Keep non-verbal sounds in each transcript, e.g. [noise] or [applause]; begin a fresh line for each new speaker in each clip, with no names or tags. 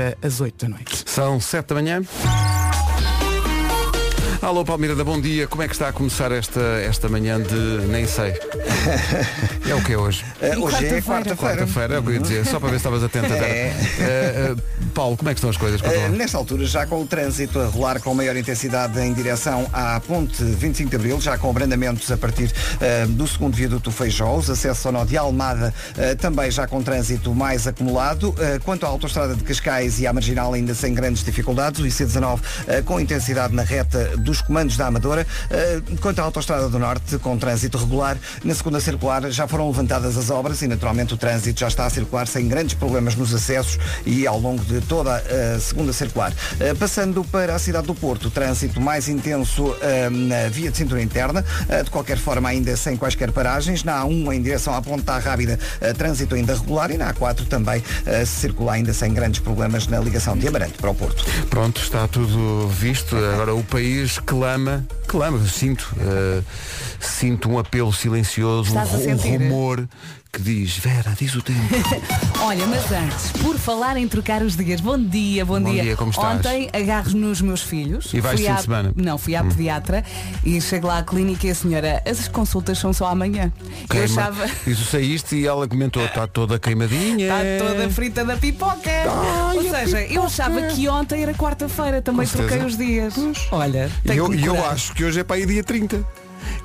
eh,
às 8 da noite.
São 7 da manhã. Alô Palmeira da Bom Dia, como é que está a começar esta, esta manhã de nem sei?
[laughs]
É o que é hoje?
Eh, hoje é quarta-feira.
Quarta-feira, é o que eu ia dizer, só para ver se estavas atento agora.
É.
Eh, eh, Paulo, como é que estão as coisas? Conta
Eh,
lá.
nesta altura, já com o trânsito a rolar com maior intensidade em direção à ponte 25 de Abril, já com abrandamentos a partir eh, do segundo viaduto do Feijó, os acessos ao nó de Almada eh, também já com trânsito mais acumulado. Eh, quanto à autoestrada de Cascais e à Marginal ainda sem grandes dificuldades, o IC19 eh, com intensidade na reta dos comandos da Amadora. Eh, quanto à autoestrada do Norte, com trânsito regular, na segunda circular já foram levantadas as obras e naturalmente o trânsito já está a circular sem grandes problemas nos acessos e ao longo de toda a segunda circular. Eh, Passando para a cidade do Porto, trânsito mais intenso eh, na via de cintura interna, eh, de qualquer forma ainda sem quaisquer paragens, na A1 em direção à Ponta Rábida, eh, trânsito ainda regular e na A4 também eh, se circula ainda sem grandes problemas na ligação de Amarante para o Porto.
Pronto, está tudo visto. Agora o país clama, clama, sinto, eh, sinto um apelo silencioso, um,
Estás a
ru- um
sentir?
rumor que diz, Vera, diz o tempo.
Olha, mas antes, por falar em trocar os dias, bom dia, bom,
Bom dia, como estás?
Ontem agarro nos meus filhos.
E vais
Fui
fim
à-
de semana? Hum.
Não, fui à pediatra e chego lá à clínica e a senhora, as consultas são só amanhã. Eu
Queima.
achava,
Isso saíste e ela comentou, está toda queimadinha.
está Tá
É.
toda frita da pipoca. Ou seja, eu achava que ontem era quarta-feira, também
Com certeza.
troquei os dias. Olha,
E
tenho
eu,
que me
e eu
curar.
acho que hoje é para aí dia 30.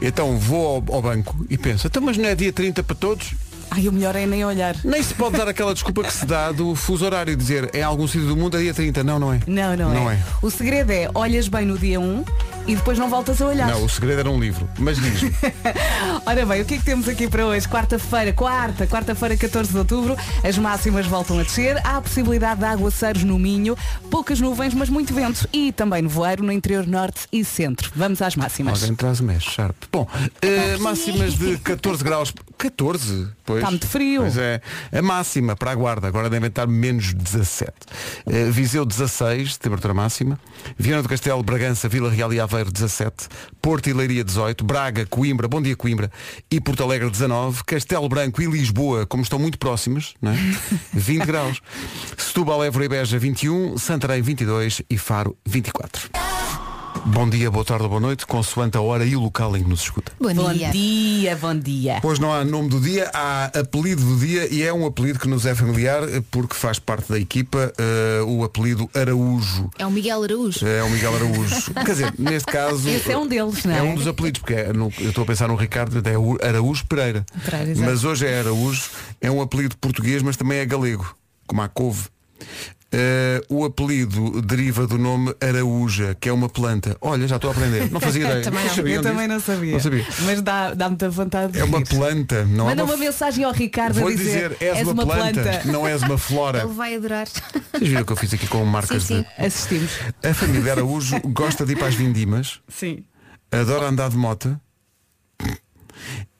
Então vou ao, ao banco e penso, então mas não é dia 30 para todos?
Ai, o melhor é nem olhar.
Nem se pode dar aquela desculpa que se dá do fuso horário e dizer em algum sítio do mundo é dia 30. Não, não é.
Não, não,
Não
é.
é.
O segredo é, olhas bem no dia 1 e depois não voltas a olhar.
Não, o segredo era um livro. Mas diz
Ora bem, o que é que temos aqui para hoje? Quarta-feira, quarta, quarta-feira, 14 de outubro, as máximas voltam a descer, há a possibilidade de aguaceiros no Minho, poucas nuvens, mas muito vento e também nevoeiro no interior norte e centro. Vamos às máximas.
Alguém traz o mês, Sharp. Bom, eh, máximas de 14 graus. 14? Pois.
Está Tá muito frio.
Pois é. A máxima para a guarda, agora devem estar menos 17. Eh, Viseu 16, temperatura máxima. Viana do Castelo, Bragança, Vila Real e Aveiro 17. Porto e Leiria 18. Braga, Coimbra, bom dia Coimbra. E Porto Alegre 19. Castelo Branco e Lisboa, como estão muito próximas,
[laughs]
não é? 20 graus. Setúbal, Évora e Beja 21. Santarém 22 e Faro 24. Bom dia, boa tarde ou boa noite, consoante a hora e o local em que nos escuta.
Bom,
Bom
dia.
dia, bom dia.
Hoje não há nome do dia, há apelido do dia e é um apelido que nos é familiar eh, porque faz parte da equipa, eh, o apelido Araújo.
É o Miguel Araújo.
É o
[laughs]
Miguel Araújo. Quer dizer, neste caso.
Esse é um deles, não é?
É um dos apelidos, porque é no- eu estou a pensar no Ricardo, é o Araújo Pereira.
Pereira, exato.
mas hoje é Araújo, é um apelido português, mas também é galego, como a couve. Eh, o apelido deriva do nome Araúja, que é uma planta. Olha, já estou a aprender. Não
[laughs]
[laughs]
fazia ideia.
Também não.
sabiam
eu também
disso?
não sabia.
Não sabia.
Mas dá- dá-me dá vontade de
É uma
rir.
planta, não
Manda
é
uma
uma...
mensagem ao Ricardo
Vou
a dizer,
dizer, és, uma, planta, não és uma flora.
Ele vai
[laughs]
adorar.
Vocês viram o que eu fiz aqui com marcas
Sim, sim.
Assistimos.
de... né? A família Araújo
[laughs]
gosta de ir para as vindimas.
Sim.
adora andar de moto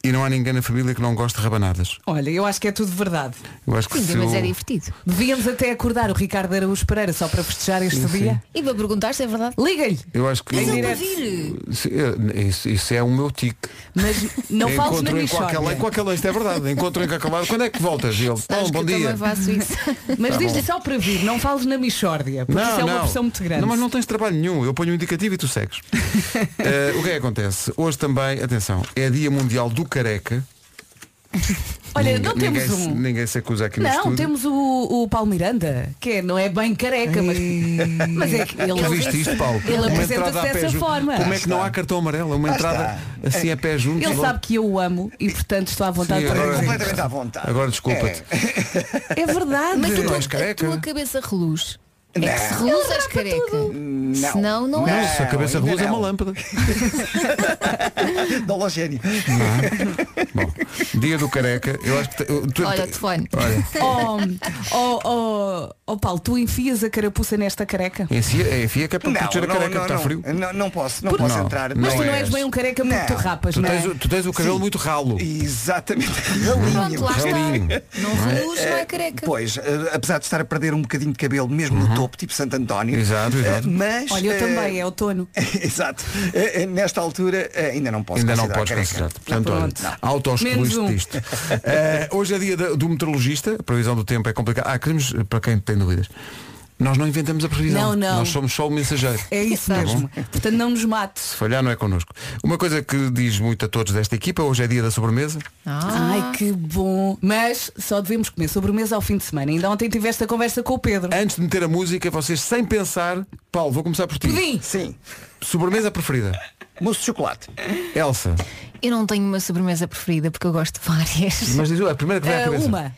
e não há ninguém na família que não goste de rabanadas.
Olha, eu acho que é tudo verdade.
Eu acho que
Sim,
se
mas
o-
é divertido.
Devíamos até acordar o Ricardo Araújo Pereira só para festejar este
sim.
dia.
E para perguntar se é verdade.
Liga-lhe,
eu acho que
Mas
o-
ele
para vir.
Se- eu- isso, isso é o meu tique.
mas
[laughs]
não fales na
Encontro em
Michórdia.
qualquer lado, em qualquer lado, isto é verdade. Encontro em qualquer lado. Quando é que voltas? E Ele, bom, bom
Sabes que eu
dia.
também
[laughs]
faço isso.
Mas
Tá
diz-lhe
bom.
só para vir, não fales na Michórdia, porque
Não,
isso é uma
não.
pressão muito grande.
Não, mas não tens trabalho nenhum. Eu ponho um indicativo e tu
[laughs]
segues. Eh, o que é que acontece? Hoje também, atenção, é dia mundial do careca.
Olha,
ninguém,
não temos
ninguém, se-
um.
Ninguém se acusa aqui no
Não,
estúdio.
temos o, o Paulo Miranda, que é- não é bem careca, mas, mas é que ele
Tu viste isto, Paulo?
Ele
Uma
apresenta-se
entrada a pé
dessa
junto.
forma.
Como é que não há cartão amarelo? É Uma entrada assim a pé junto.
Ele sabe que eu o amo e portanto estou à vontade
Sim,
para
agora-
dizer.
Completamente à vontade.
Agora desculpa-te.
É verdade.
Mas tu,
és
a
careca?
tua cabeça reluz. É
Não.
que se reluz és careca.
Não.
Senão não
Não,
é.
se a cabeça
ainda
reluz é uma
não. [laughs]
lâmpada.
Da Logénio. É.
Bom, dia do careca. Eu acho que. te- eu- tu-
Olha, o telefone.
Olha,
Oh, [laughs] oh, oh, oh, Paulo, tu enfias a carapuça nesta careca?
enfia, enfia que é para proteger a careca,
não,
porque está
não.
frio.
Não, não posso, não
Por-
posso
Não,
entrar.
não
Mas tu não és bem um careca porque
Não.
tu rapas,
Tu
não
tens,
é?
o- tu tens o cabelo
Sim.
muito ralo.
Exatamente.
Pronto,
[laughs]
lá
Ralinho.
está. Não reluz, não é careca.
Pois, eh, apesar de estar a perder um bocadinho de cabelo mesmo no topo, tipo Santo António.
Uhum. Exato, exato.
eh, Mas.
Olha, eu
eh,
também, é outono.
[laughs]
[laughs]
Exato. Eh, eh, Nesta altura eh, ainda não posso
Ainda não
considerar careca.
podes
Tá
considerar-te. Portanto,
Pronto.
olha, autoexcluíste
Menos um.
disto. Eh, hoje é dia da- do meteorologista, a previsão do tempo é complicada. Ah, queremos, para quem tem dúvidas, Nós não inventamos a
Não,
previsão.
não.
Nós somos só o mensageiro. Tá
É isso
Exato.
mesmo. Portanto, não nos mates.
Se falhar não é connosco. Uma coisa que diz muito a todos desta equipa, hoje é dia da sobremesa.
Ah.
Ai, que bom. Mas só devemos comer sobremesa ao fim de semana. Ainda ontem tive esta conversa com o Pedro.
Antes de meter a música, vocês sem pensar, Paulo, vou começar por ti.
Pudim!
Sim.
Sobremesa preferida.
Mousse de chocolate.
Elsa.
Eu não tenho uma sobremesa preferida porque eu gosto de várias.
Mas diz a primeira que vem à
Ah,
cabeça.
uma.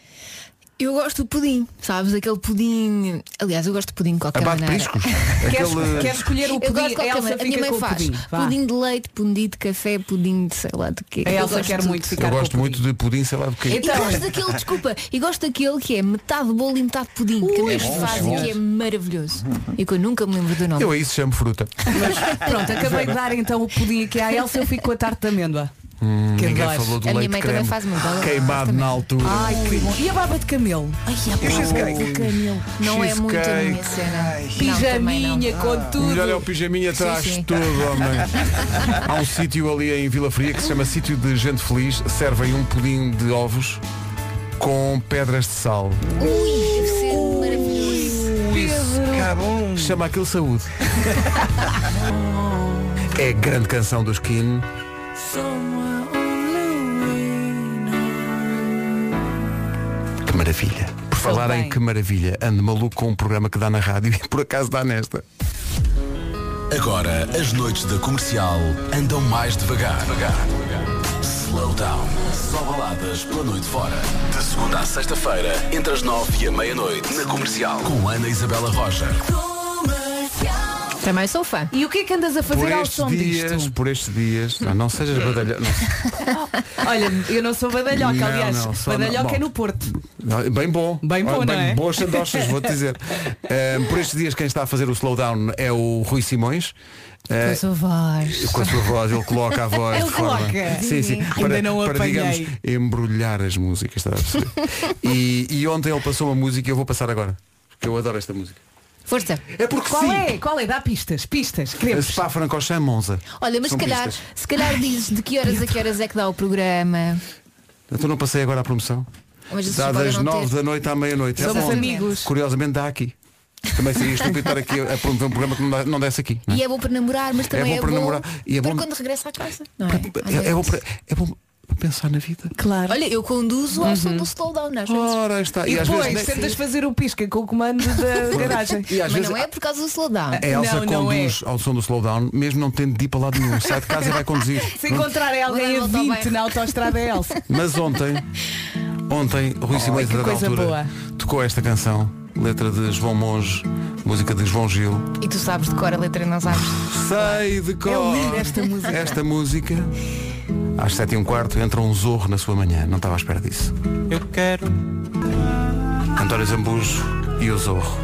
Eu gosto do pudim, sabes? Aquele pudim. Aliás, eu gosto de pudim de qualquer
Abate
maneira. [laughs]
priscos.
Queres,
Aquele...
queres escolher o
eh, Eu
pudim?
gosto de
a
qualquer
Elsa
maneira.
fica
A minha mãe
com o
faz.
pudim. Vá.
de leite, pudim de café, pudim de sei lá do quê.
A
Eu
Elsa
gosto
quer
de
muito
tudo.
ficar
Eu
com
gosto
o
muito
pudim.
de pudim, sei lá do quê.
E
Então.
gosto daquele, desculpa, e gosto daquele que é metade bolo e metade pudim,
Ui,
que a minha
é
mãe
bom,
faz
é
e
bom.
que é maravilhoso. E que eu nunca me lembro do
[laughs]
nome.
Eu a isso chamo fruta.
[laughs] Pronto, acabei de dar então o pudim aqui à Elsa. Eu fico com a tarte de amêndoa. que
Ninguém
adoro.
falou do
A minha
leite
mãe também
creme.
faz muito, ela faz
Queimado
também.
na altura.
Ai, que bom. E a barba de camelo?
Ai, a
E o cheesecake?
boca, meu. Não é muito a minha
Cheesecake.
cena. Não, também não.
Pijaminha com
O
tudo.
melhor é o pijaminha atrás
sim.
de tudo,
[laughs]
homem. Há um sítio ali em Vila Fria que se chama Sítio de Gente Feliz. Servem um pudim de ovos com pedras de sal.
Ui, deve ser maravilhoso.
Cabum.
Chama aquilo saúde. é a grande canção do Skin. Que maravilha. Por falar em
bem.
que maravilha, ando maluco com um programa que dá na rádio e por acaso dá nesta.
Agora, as noites da comercial andam mais devagar. devagar. Slow down. Só baladas pela noite fora. De segunda à sexta-feira, entre as nove e a meia-noite, na comercial. Com Ana Isabela Roja.
Também sou um fã.
E o que é que andas a fazer
Por
ao
estes
som
dias,
disto?
por estes dias. Não, não sejas badalho.
[laughs] Olha, eu não sou badalhoca,
Não,
aliás.
não, só
badalhoca
não.
é no
Bom.
Porto.
Não, Bem bom.
Bem bom,
Olha,
não é?
Boas sandochas, vou-te
[laughs]
dizer. Ahm, por estes dias quem está a fazer o slowdown é o Rui Simões. Ah,
Eu sou voz.
com a sua voz, ele
[laughs]
coloca a voz
Ele
de forma.
coloca?
Sim, sim.
Ainda
Para,
não
para
apanhei.
digamos, embrulhar as músicas, estás a perceber?
[laughs]
e, e ontem ele passou uma música e eu vou passar agora. Porque eu adoro esta música.
Força.
É porque
Qual
sim.
é? Qual é? Dá pistas, pistas,
A
queremos.
Spa Francochamp Monza.
Olha, mas se
São
calhar,
pistas.
se calhar dizes de que horas a que horas é que dá o programa.
Então não passei agora à promoção.
Mas vocês
Dá
podem
das
não ter.
9 da noite à meia-noite. É
Somos
bom.
amigos.
Curiosamente dá aqui. Também seria estúpido estar aqui a promover um programa que não, dá, não desse aqui. não é?
E é bom para namorar, mas também
bom
é bom,
para namorar e é
para
bom-
quando regressa à casa. Não é? À
É, é bom
noite.
para, é bom para pensar na vida.
Claro. Uhum.
Olha, eu conduzo ao som do slowdown, não é?
Ora, aí está.
E,
às
depois
vezes,
tentas fazer o pisca com o comando da garagem.
[laughs] e às
Mas
vezes
não é por causa do slowdown.
a Elsa
Não, não é.
conduz ao som do slowdown, mesmo não tendo de ir para lado nenhum. Sai de casa e vai conduzir.
Se encontrarem alguém a
Vou dar uma volta ao
20 na autoestrada é Elsa.
Mas ontem, ontem, Rui Simões
que
a dada
coisa
altura
boa.
tocou esta canção, letra de João Monge, música de João Gil.
E tu sabes de cor a letra, não sabes?
Sei de cor.
É linda esta música.
Esta música. Às sete e um quarto entra um zorro na sua manhã. Não estava à espera disso.
Eu quero.
António Zambujo e o zorro.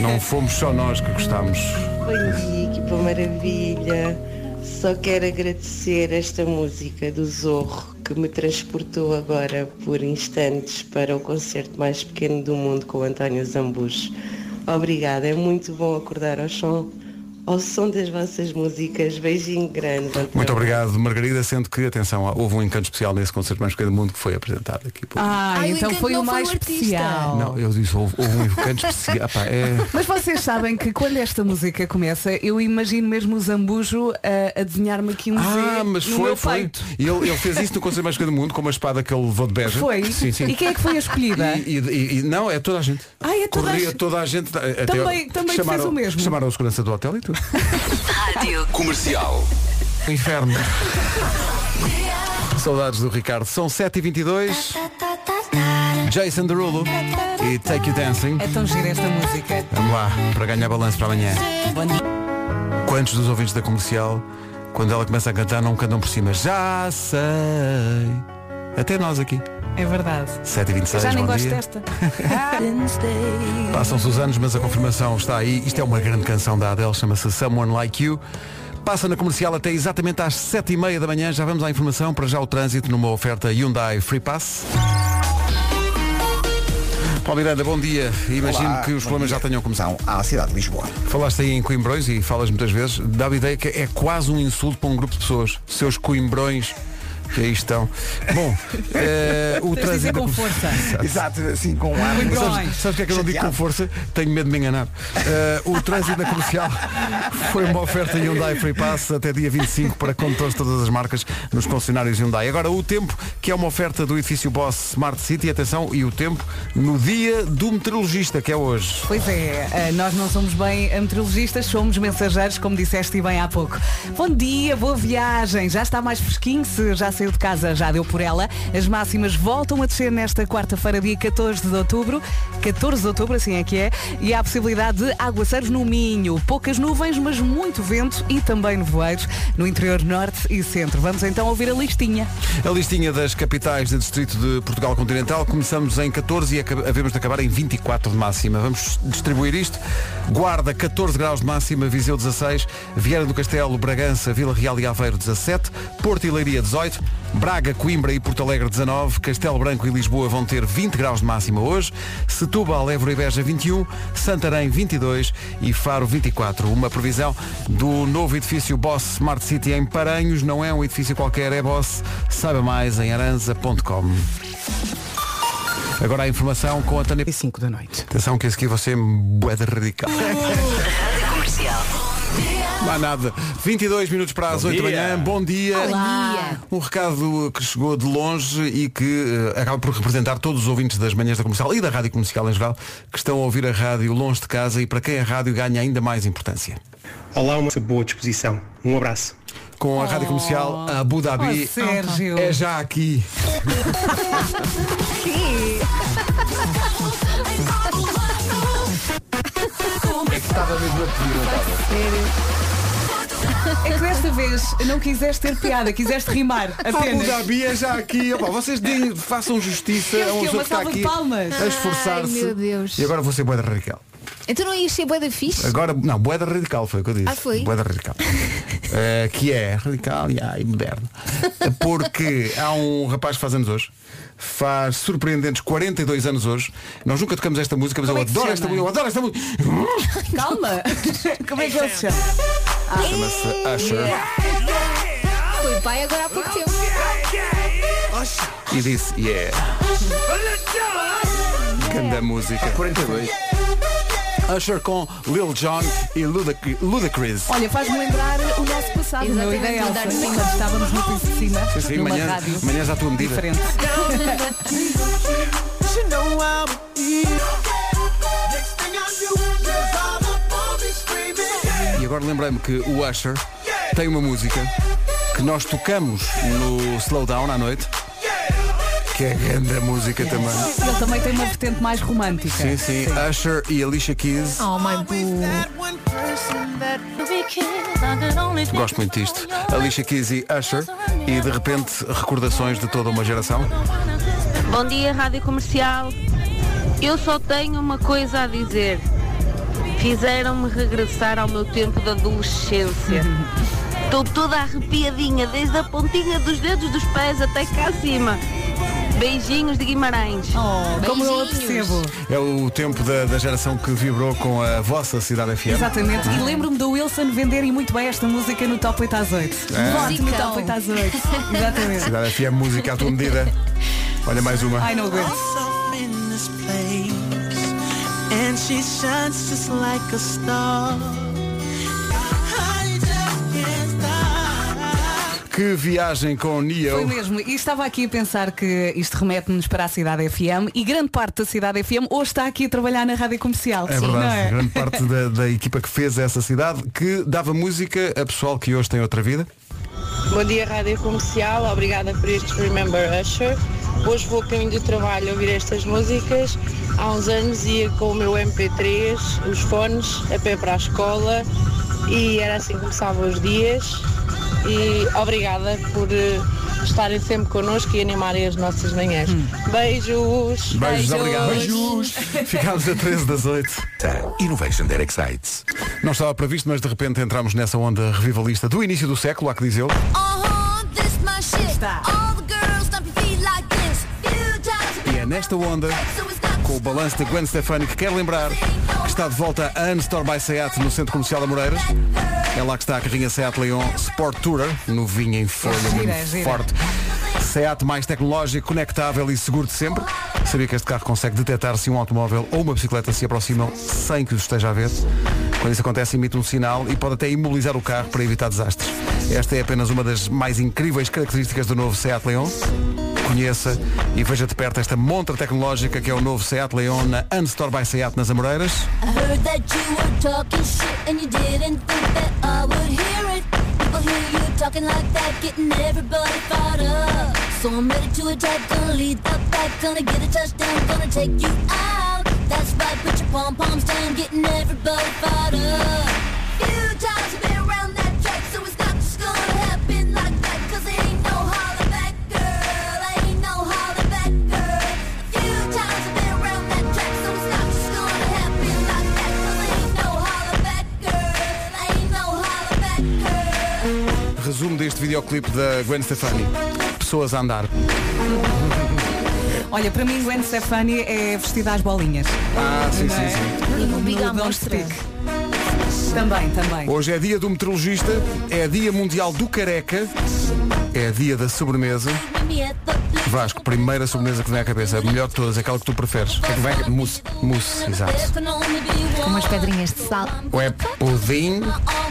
Não fomos só nós que gostámos.
Bom dia, equipa maravilha. Só quero agradecer esta música do Zorro que me transportou agora por instantes para o concerto mais pequeno do mundo com o António Zambujo. Obrigada, é muito bom acordar ao som, ao som das vossas músicas. Beijinho grande.
É.
bom
Muito
trabalho.
obrigado, Margarida, sendo que, atenção, houve um encanto especial nesse concerto mais pequeno do mundo que foi apresentado aqui. por-
Ah,
[laughs] Ai, o
então
encanto
foi o
não foi
mais
o artista.
especial.
Não, eu disse, houve, houve um encanto especial. Epá, é-
Mas vocês sabem que quando esta música começa, eu imagino mesmo o Zambujo a, a desenhar-me aqui um
Ah,
Z
mas
[laughs] no
foi,
meu
foi.
peito.
E Ele, ele fez isso no concerto mais pequeno do mundo com uma espada que ele levou de beja.
Foi?
É, Sim, sim.
E quem é que foi a escolhida?
E, e- e- não, é toda a gente.
Ah, é toda a
Corria
gente.
toda a gente. Até
Também- também
chamaram,
fez o mesmo.
Chamaram a segurança do hotel
[laughs]
e tudo.
Comercial.
Inferno. Saudades do Ricardo. São 7h22. Jason Derulo e Take You Dancing.
É tão gira esta música.
Vamos lá, para ganhar balanço para amanhã.
Bom dia.
Quantos dos ouvintes da comercial, quando ela começa a cantar, não cantam por cima? Já sei. Até nós aqui.
É verdade.
7h26.
Eu já nem
bom
gosto
dia. [laughs] um
desta. [laughs]
Passam-se os anos, mas a confirmação está aí. Isto é uma grande canção da Adele, chama-se Someone Like You. Passa na comercial até exatamente às 7h30 da manhã. Já vamos à informação para já o trânsito numa oferta Hyundai Free Pass. Paulo Miranda, bom dia. Imagino
Olá,
que os
bom
problemas
dia.
já tenham começado.
São à cidade de Lisboa.
Falaste aí em coimbrões e falas muitas vezes. Dá-me ideia que é quase um insulto para um grupo de pessoas. Seus coimbrões. que aí estão. Bom,
é
eh, o
Tens de dizer
trânsito.
com [laughs] força.
Exato, assim com ar.
Muito bom.
Sabes, sabes o que é que eu não digo com
Chateado.
força? Tenho medo de me enganar. Eh, o trânsito da comercial [laughs] foi uma oferta Hyundai Free Pass até dia 25 para condutores de todas as marcas nos concessionários Hyundai. Agora o tempo, que é uma oferta do edifício Boss Smart City, atenção, e o tempo no dia do meteorologista, que é hoje.
Pois é, eh, nós não somos bem meteorologistas, somos mensageiros, como disseste bem há pouco. Bom dia, boa viagem. Já está mais fresquinho, se já saiu de casa, já deu por ela. As máximas voltam a descer nesta quarta-feira, dia 14 de outubro. 14 de outubro, assim é que é. E há a possibilidade de aguaceiros no Minho. Poucas nuvens, mas muito vento e também nevoeiros no interior norte e centro. Vamos então ouvir a listinha.
A listinha das capitais do Distrito de Portugal Continental começamos em 14 e acab- havemos de acabar em 24 de máxima. Vamos distribuir isto. Guarda 14 graus de máxima, Viseu 16, Vieira do Castelo, Bragança, Vila Real e Aveiro 17, Porto e Leiria 18, Braga, Coimbra e Porto Alegre 19, Castelo Branco e Lisboa vão ter 20 graus de máxima hoje, Setúbal, Évora e Beja 21, Santarém 22 e Faro 24. Uma previsão do novo edifício Boss Smart City em Paranhos. Não é um edifício qualquer, é Boss. Saiba mais em aranza.com. Agora a informação com a Tânia.
5 da noite.
Atenção que esse aqui você é bué de radical.
Rádio Comercial.
Não há nada. 22 minutos para as 8 da manhã. Bom dia.
Olá.
Um recado que chegou de longe e que eh, acaba por representar todos os ouvintes das manhãs da comercial e da rádio comercial em geral, que estão a ouvir a rádio longe de casa e para quem a rádio ganha ainda mais importância.
Olá, uma boa disposição. Um abraço.
Com a rádio comercial a Abu Dhabi.
Oh, Sérgio.
É já aqui. Estava mesmo a pedir, não estava?
É que desta vez não quiseste ter piada, quiseste rimar
Abu
apenas.
Dhabi é já aqui. Opa, vocês deem- façam justiça a
Eu que
uma
é
pessoa que
uma
está
salva de
aqui
palmas.
a esforçar-se.
Ai, meu Deus.
E agora vou ser boa da radical.
Então não ias ser bué da fixe?
Agora, não, boeda radical foi o que eu disse.
Ah, foi?
Boeda
[laughs]
radical. Eh, que é radical e, ah, e moderno. Porque há um rapaz que faz anos hoje, faz surpreendentes 42 anos hoje. Nós nunca tocamos esta música, mas
Como
eu
é que se chama?
adoro esta música, eu adoro esta música.
Calma! Como é que ele se chama? Ah.
Chama-se Usher
Foi pai agora há pouco tempo.
e disse, yeah. Ganda música. 42. Usher com Lil Jon e Ludac- Ludacris.
Olha, faz-me lembrar o nosso passado, o meu
Exatamente,
ideal.
andar em
Quando estávamos no piso de cima,
Sim, sim,
numa
manhã,
rádio
manhãs à tua medida.
diferente.
E agora lembrei-me que o Usher tem uma música que nós tocamos no Slowdown à noite, que é grande música também.
Ele também tem uma vertente mais romântica.
Sim, sim, Usher e Alicia Keys.
Oh my boo.
Gosto muito disto. Alicia Keys e Usher e de repente recordações de toda uma geração.
Bom dia, Rádio Comercial. Eu só tenho uma coisa a dizer. Fizeram-me regressar ao meu tempo
[laughs]
de adolescência. Estou toda arrepiadinha, desde a pontinha dos dedos dos pés até cá acima. Beijinhos de Guimarães.
Oh, como eu a
Beijinhos.
percebo.
É o tempo da, da geração que vibrou com a vossa cidade FM.
Exatamente. E lembro-me do Wilson venderem muito bem esta música no Top 8 às 8.
É.
Vote no
Musicão.
Top 8 às 8. Exatamente.
Cidade FM, música à tua medida. Olha mais uma.
Ai, não aguento.
Que viagem com o
Foi
Neo.
mesmo. E estava aqui a pensar que isto remete-nos para a Cidade FM e grande parte da Cidade FM hoje está aqui a trabalhar na rádio comercial.
É
não
verdade,
é? [laughs]
grande parte da, da equipa que fez essa cidade, que dava música a pessoal que hoje tem outra vida.
Bom dia, Rádio Comercial. Obrigada por este Remember Usher. Hoje vou a caminho do trabalho ouvir estas músicas. Há uns anos ia com o meu MP3, os fones, a pé para a escola e era assim que começava os dias. E obrigada por eh, estarem sempre connosco e animarem as nossas manhãs. Beijos!
Hum. Beijos, obrigado. Beijos. Ficámos a 13 das 8.
Tá. Innovation that excites.
Não estava previsto, mas de repente entramos nessa onda revivalista do início do século, há que dizer. E é nesta onda, com o balanço de Gwen Stefani, que quer lembrar que está de volta a Unstore by Seat no Centro Comercial da Moreiras. É lá que está a carrinha Seat Leon Sport Tourer, novinha em folha,
Gira,
muito
gira.
forte. SEAT mais tecnológico, conectável e seguro de sempre. Sabia que este carro consegue detectar se um automóvel ou uma bicicleta se aproximam sem que os esteja a ver. Quando isso acontece, emite um sinal e pode até imobilizar o carro para evitar desastres. Esta é apenas uma das mais incríveis características do novo SEAT Leon. Conheça e veja de perto esta montra tecnológica que é o novo SEAT Leon na Unstore by SEAT nas Amoreiras.
I heard that you were talking shit and you didn't think that I would hear it. People hear you talking like that, getting everybody fired up. So I'm ready to attack, gonna lead the fight, gonna get a touchdown, gonna take you out. That's right, put your pom poms down, getting everybody fired up. Few times I've been around that track, so it's not just gonna happen like that, 'cause there ain't no holler back, girl. Ain't no holler back, girl. Few times I've been around that track, so it's not just gonna happen like that, 'cause there ain't no holler back, girl. Ain't no holler back, girl.
Resumo deste videoclipe da Gwen Stefani. Pessoas a andar.
Olha, para mim Gwen Stefani é vestida às bolinhas.
Ah, sim,
Não
sim,
é?
sim.
E no Big
No
à mostra.
Don't Stick. Também, também.
Hoje é dia do meteorologista, é dia mundial do careca, é dia da sobremesa.
Meet me at the place.
Vasco, primeira sobremesa que vem à cabeça, a melhor de todas, aquela que tu preferes. O que é que vem? Mousse. Mousse, exato.
Com
Umas pedrinhas de sal.
Ou é pudim?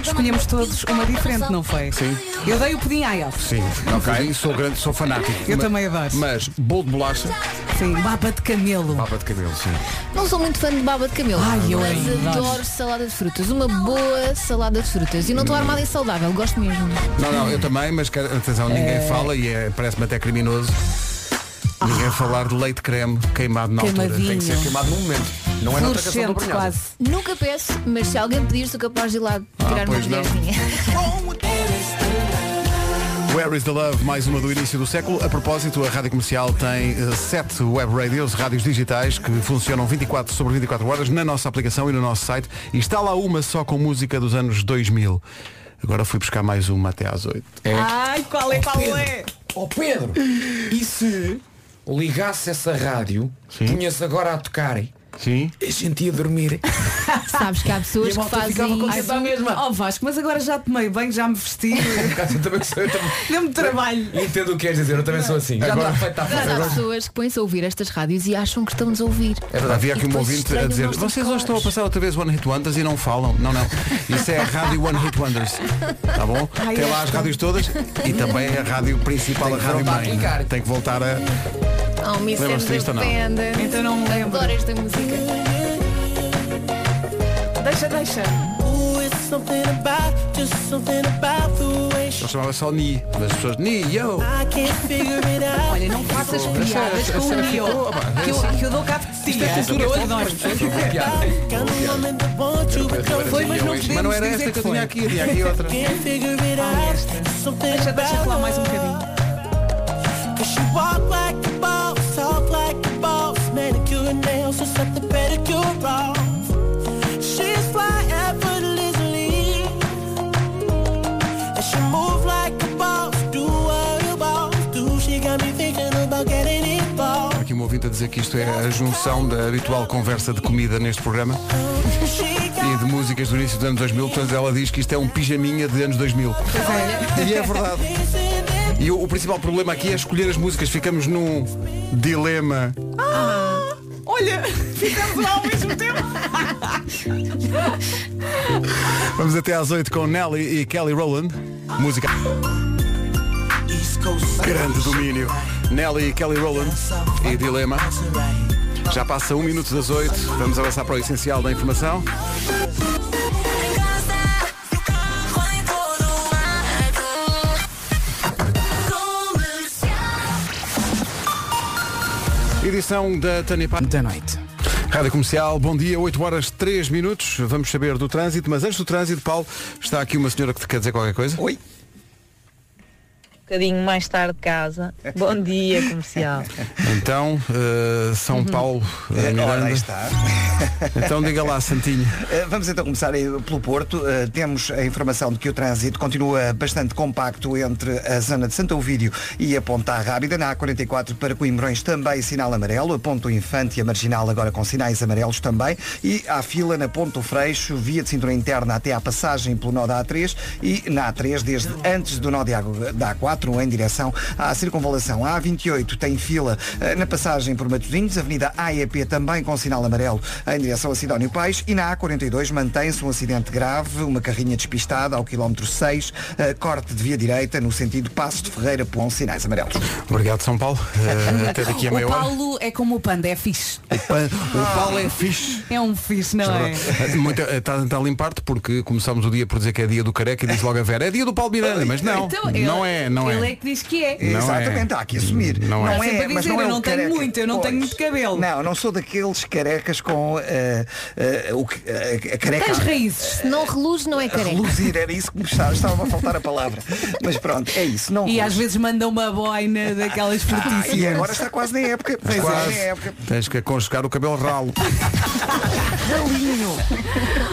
Escolhemos todos uma diferente, não foi?
Sim.
Eu dei o pudim à Elf.
Sim, ok. Sou grande, sou fanático.
Eu
Ma-
também adoro.
Mas bolo de bolacha,
Sim. Baba de camelo.
papa de cabelo, sim.
Não sou muito fã de baba de camelo.
Ai, eu
mas
adoro.
adoro salada de frutas. Uma boa salada de frutas. E não estou armada em saudável. Gosto mesmo.
Não, não, eu também, mas quero- atenção, ninguém fala e é- parece-me até criminoso. Ninguém falar de leite creme queimado na altura.
Ah. Queimadinho.
Tem que ser queimado no momento. Não é noutra canção do
Fluorescente
Brunhado.
quase.
Nunca peço, mas se alguém pedir, sou capaz de ir lá tirar uma
Ah, pois não. [laughs]
colherzinha.
Where is the Love, mais uma do início do século. A propósito, a Rádio Comercial tem eh, sete web radios, rádios digitais, que funcionam 24 sobre 24 horas na nossa aplicação e no nosso site. E está lá uma só com música dos anos 2000. Agora fui buscar mais uma até às 8.
Ai, qual é, qual é?
Ó Oh, Pedro, e se ligasse essa rádio,
Sim.
punha-se agora a tocar e
Sim.
a gente ia
[laughs]
dormir.
[laughs] Sabes que há pessoas que fazem
Ai,
isso.
sou- Oh Vasco, mas agora já tomei bem, já me
[laughs]
vesti,
eu também sou, eu também
deu-me trabalho. tá.
entendo o que queres dizer, eu também sou assim. Agora feito a
Mas há pessoas que põem-se a ouvir estas rádios e acham que estão-nos a ouvir.
Havia
E
aqui um
É depois
ouvinte a
estranham
dizer
nós de
Vocês hoje
cores."
estão a passar outra vez One Hit Wonders e não falam Não, não Isso é a rádio One Hit Wonders Tá bom?
Ai,
Tem lá as
esta.
rádios todas E também é a rádio principal, a rádio
voltar a
mãe
clicar.
Tem que voltar a...
Ah, um Mr.
Lembras-te disto ou não?
Independent.
Então não me lembro.
Adoro esta música.
Deixa, deixa.
Só chamava só Ni Mas as pessoas Ni, yo
Olha, não
哦
faças piadas [laughs] com o Neo. Que eu, que eu dou cabo de ti. Eu adoro.
[laughs] um
Foi, mas não
Mas não
podemos
era esta
dizer
que
que
eu tinha
foi.
aqui Tinha aqui outra
Deixa, deixa colar mais um bocadinho.
Há Aqui um ouvinte a dizer que isto é a junção da habitual conversa de comida neste programa e de músicas do início dos anos 2000, portanto ela diz que isto é um pijaminha de anos 2000. E é verdade. E o, o principal problema aqui é escolher as músicas. Ficamos num dilema.
Ah,
Olha, ficamos lá ao mesmo tempo.
Vamos até às 8 com Nelly e Kelly Rowland. Música. Grande domínio. Nelly e Kelly Rowland e Dilema. Já passa um minuto das 8. Vamos avançar para o essencial da informação.
Em casa, no carro, em todo lado. Comercial.
Edição da Tânia Pá.
Da noite.
Rádio Comercial, bom dia, 8 horas 3 minutos. Vamos saber do trânsito, mas antes do trânsito, Paulo, está aqui uma senhora que te quer dizer qualquer coisa.
Oi.
Um bocadinho mais tarde de casa. Bom dia, comercial.
Então, eh, São Paulo, eh,
Eh, Ora,
Miranda.
aí está.
[laughs] Então diga lá, Santinho.
Eh, Vamos então começar eh, pelo Porto. Eh, Temos a informação de que o trânsito continua bastante compacto entre a zona de Santo Ovídio e a Ponta Rábida. Na A44 para Coimbrões também sinal amarelo. A Ponto Infante e a Marginal agora com sinais amarelos também. E há fila na Ponto Freixo, via de cintura interna até à passagem pelo nó da A3 e na A3 desde antes do nó de A- da A4 metro em direção à circunvalação. A A28 tem fila eh, na passagem por Matosinhos, Avenida AEP também com sinal amarelo em direção a Sidónio Pais e na A42 mantém-se um acidente grave, uma carrinha despistada ao quilómetro 6, eh, corte de via direita no sentido Passo de Ferreira Pelão, sinais amarelos.
Obrigado, São Paulo.
[laughs]
Eh, até daqui a meia
o
hora.
Paulo é como o panda, é fixe.
O pan- o Paulo é fixe.
É um fixe, não é?
[laughs] Muita- Está a tentar limpar-te porque começámos o dia por dizer que é dia do careca e diz logo a Vera, é dia do Paulo Miranda, mas não,
Então, ele-
não é, não
Ele
é.
é que diz que é.
Não
Exatamente,
é.
há que assumir.
Não é.
Não é sempre a
mas
dizer,
é
eu
o
não tenho muito, eu não tenho muito cabelo.
Não, não sou daqueles carecas com eh, eh, o que- eh, a careca.
Tens raízes. Se não reluz, não é careca.
Reluzir, era isso que me estava, estava a faltar a palavra. Mas pronto, é isso. Não Ah,
E às vezes manda uma boina daquelas fortíssimas.
e agora está quase na época.
Mas
Está
quase.
na época.
Tens que aconchegar o cabelo
[laughs]
ralo.
Ralinho.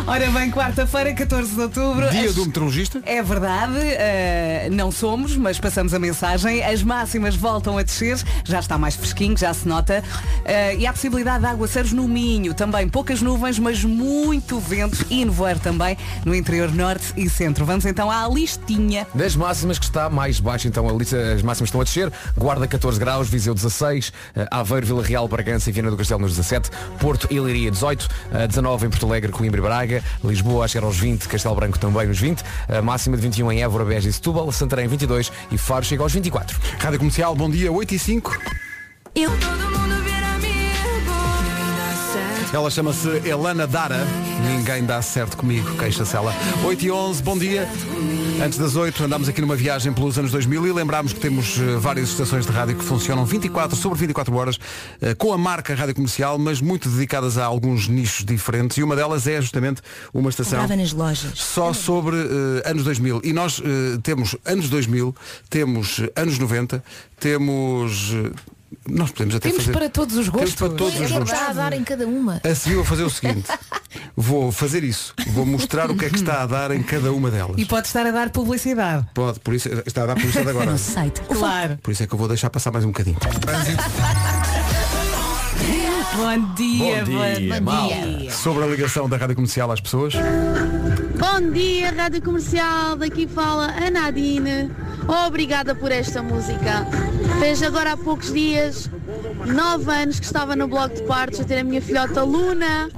Ora bem, quarta-feira, 14 de outubro.
Dia
as-
do meteorologista?
É verdade, eh, não somos, mas passamos a mensagem. As máximas voltam a descer, já está mais fresquinho, já se nota. Eh, e há possibilidade de aguaceiros no Minho, também poucas nuvens, mas muito vento e nevoeiro também no interior norte e centro. Vamos então à listinha.
Das máximas que está mais baixo, então a lista, as máximas estão a descer. Guarda 14 graus, Viseu 16, eh, Aveiro, Vila Real, Bragança e Viana do Castelo nos 17, Porto e Leiria 18, eh, 19 em Porto Alegre, Coimbra e Braga, Lisboa a chegar aos 20, Castelo Branco também nos 20, a máxima de 21 em Évora, Beja e Setúbal, Santarém 22 e Faro chega aos 24.
Rádio Comercial, bom dia, 8 e 5.
Eu todo mundo vira amigo.
Ela chama-se Elana Dara. Ninguém dá certo comigo, queixa-se ela. 8 e 11, bom dia. Antes das 8, andámos aqui numa viagem pelos anos 2000 e lembrámos que temos eh, várias estações de rádio que funcionam 24 sobre 24 horas eh, com a marca Rádio Comercial, mas muito dedicadas a alguns nichos diferentes e uma delas é justamente uma estação
Comprava nas lojas.
só sobre eh, anos 2000. E nós eh, temos anos 2000, temos eh, anos 90, temos... eh, nós podemos até
Temos
fazer...
para todos os
Temos
gostos.
para todos
Olha,
os
é que
gostos.
está a dar em cada uma.
A seguir vou fazer o seguinte Vou fazer isso Vou mostrar o que é que está a dar em cada uma delas
E pode estar a dar publicidade.
Pode, por isso Está a dar publicidade
[laughs]
agora
site. Claro.
Por isso é que eu vou deixar passar mais um bocadinho
Bom dia, bom dia.
Sobre a ligação da Rádio Comercial às pessoas
Bom dia, Rádio Comercial. Daqui fala a Nadine. Obrigada por esta música. Fez agora há poucos dias, nove anos que estava no bloco de partos a ter a minha filhota Luna.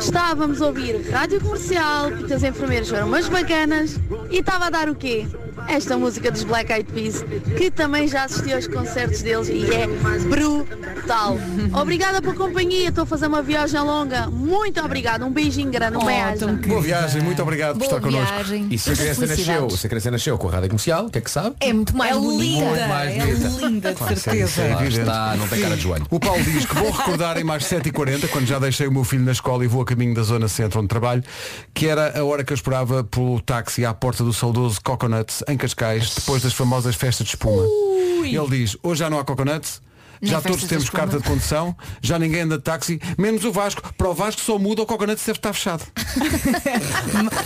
Estávamos a ouvir Rádio Comercial, porque as enfermeiras foram umas bacanas. E estava a dar o quê? Esta música dos Black Eyed Peas, que também já assisti aos concertos deles e é brutal. Obrigada pela companhia, estou a fazer uma viagem longa. Muito obrigada, um beijinho grande, um beijo.
Boa viagem, muito obrigado por estar connosco
viagem.
E se a criança nasceu, se a criança nasceu com a Rádio Comercial, o que é que sabe?
É muito mais
É
bonita.
linda,
mais
é linda, de
Claro, isso é-
certeza.
isso é evidente. Lá está, não tem cara de joelho.
O Paulo diz que vou recordar em mais 7h40, quando já deixei o meu filho na escola e vou a caminho da zona centro onde trabalho, que era a hora que eu esperava pelo táxi à porta do saudoso Coconuts, em Cascais, depois das famosas festas de espuma. Ele diz, hoje já não há Coconuts,
Nem
já
festas
todos
de
temos
espuma.
carta de condução, já ninguém anda de táxi, menos o Vasco. Para o Vasco só muda, o Coconuts deve estar fechado.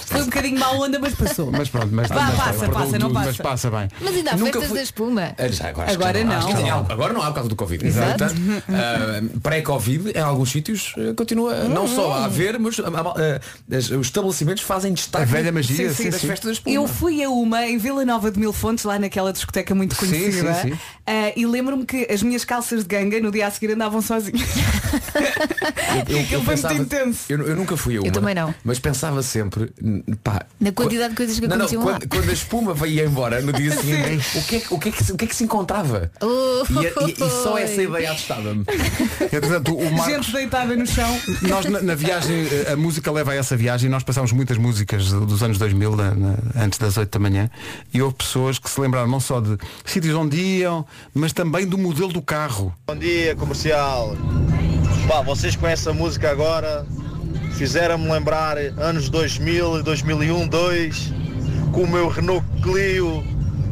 Foi um bocadinho mal onda, mas passou.
Mas pronto, mas,
Vá,
mas-
passa,
perdão
passa, não
tudo,
passa.
Mas passa bem.
Mas ainda há
Nunca
festas
fui-
da espuma.
Ah, já, acho que
Agora
já acho
não.
que já Agora não há por causa do Covid.
Exato.
[laughs]
Portanto, ah, Pré-Covid, em alguns sítios, ah, continua ah, não só a haver, mas ah, ah, as- os estabelecimentos fazem destaque das festas da espuma.
Eu fui a uma em Vila Nova de Mil Fontes, lá naquela discoteca muito
Sim,
conhecida,
sim, sim.
ah, e lembro-me que as minhas calças de ganga no dia a seguir andavam sozinhas.
Eu, eu
muito intenso.
eu, eu nunca fui a uma.
também não.
Mas pensava sempre, n- pá,
Na quantidade de coisas que
não, não,
aconteciam lá.
quando, quando a espuma veio embora no dia seguinte, o que, é, que- o, que é que, se- o que é que se encontrava? E, a- e- e só é- essa ideia assustava-me.
Entretanto, o Marcos...
Gente deitada no chão.
Nós na, na viagem, eh, a música leva a essa viagem, nós passámos muitas músicas do- dos anos 2000, na- na- antes das 8 da manhã, e houve pessoas que se lembraram não só de sítios onde iam, mas também do modelo do carro.
Bom dia, comercial. Pá, vocês com essa música agora fizeram-me lembrar anos 2000, 2001, 2, um, com o meu Renault Clio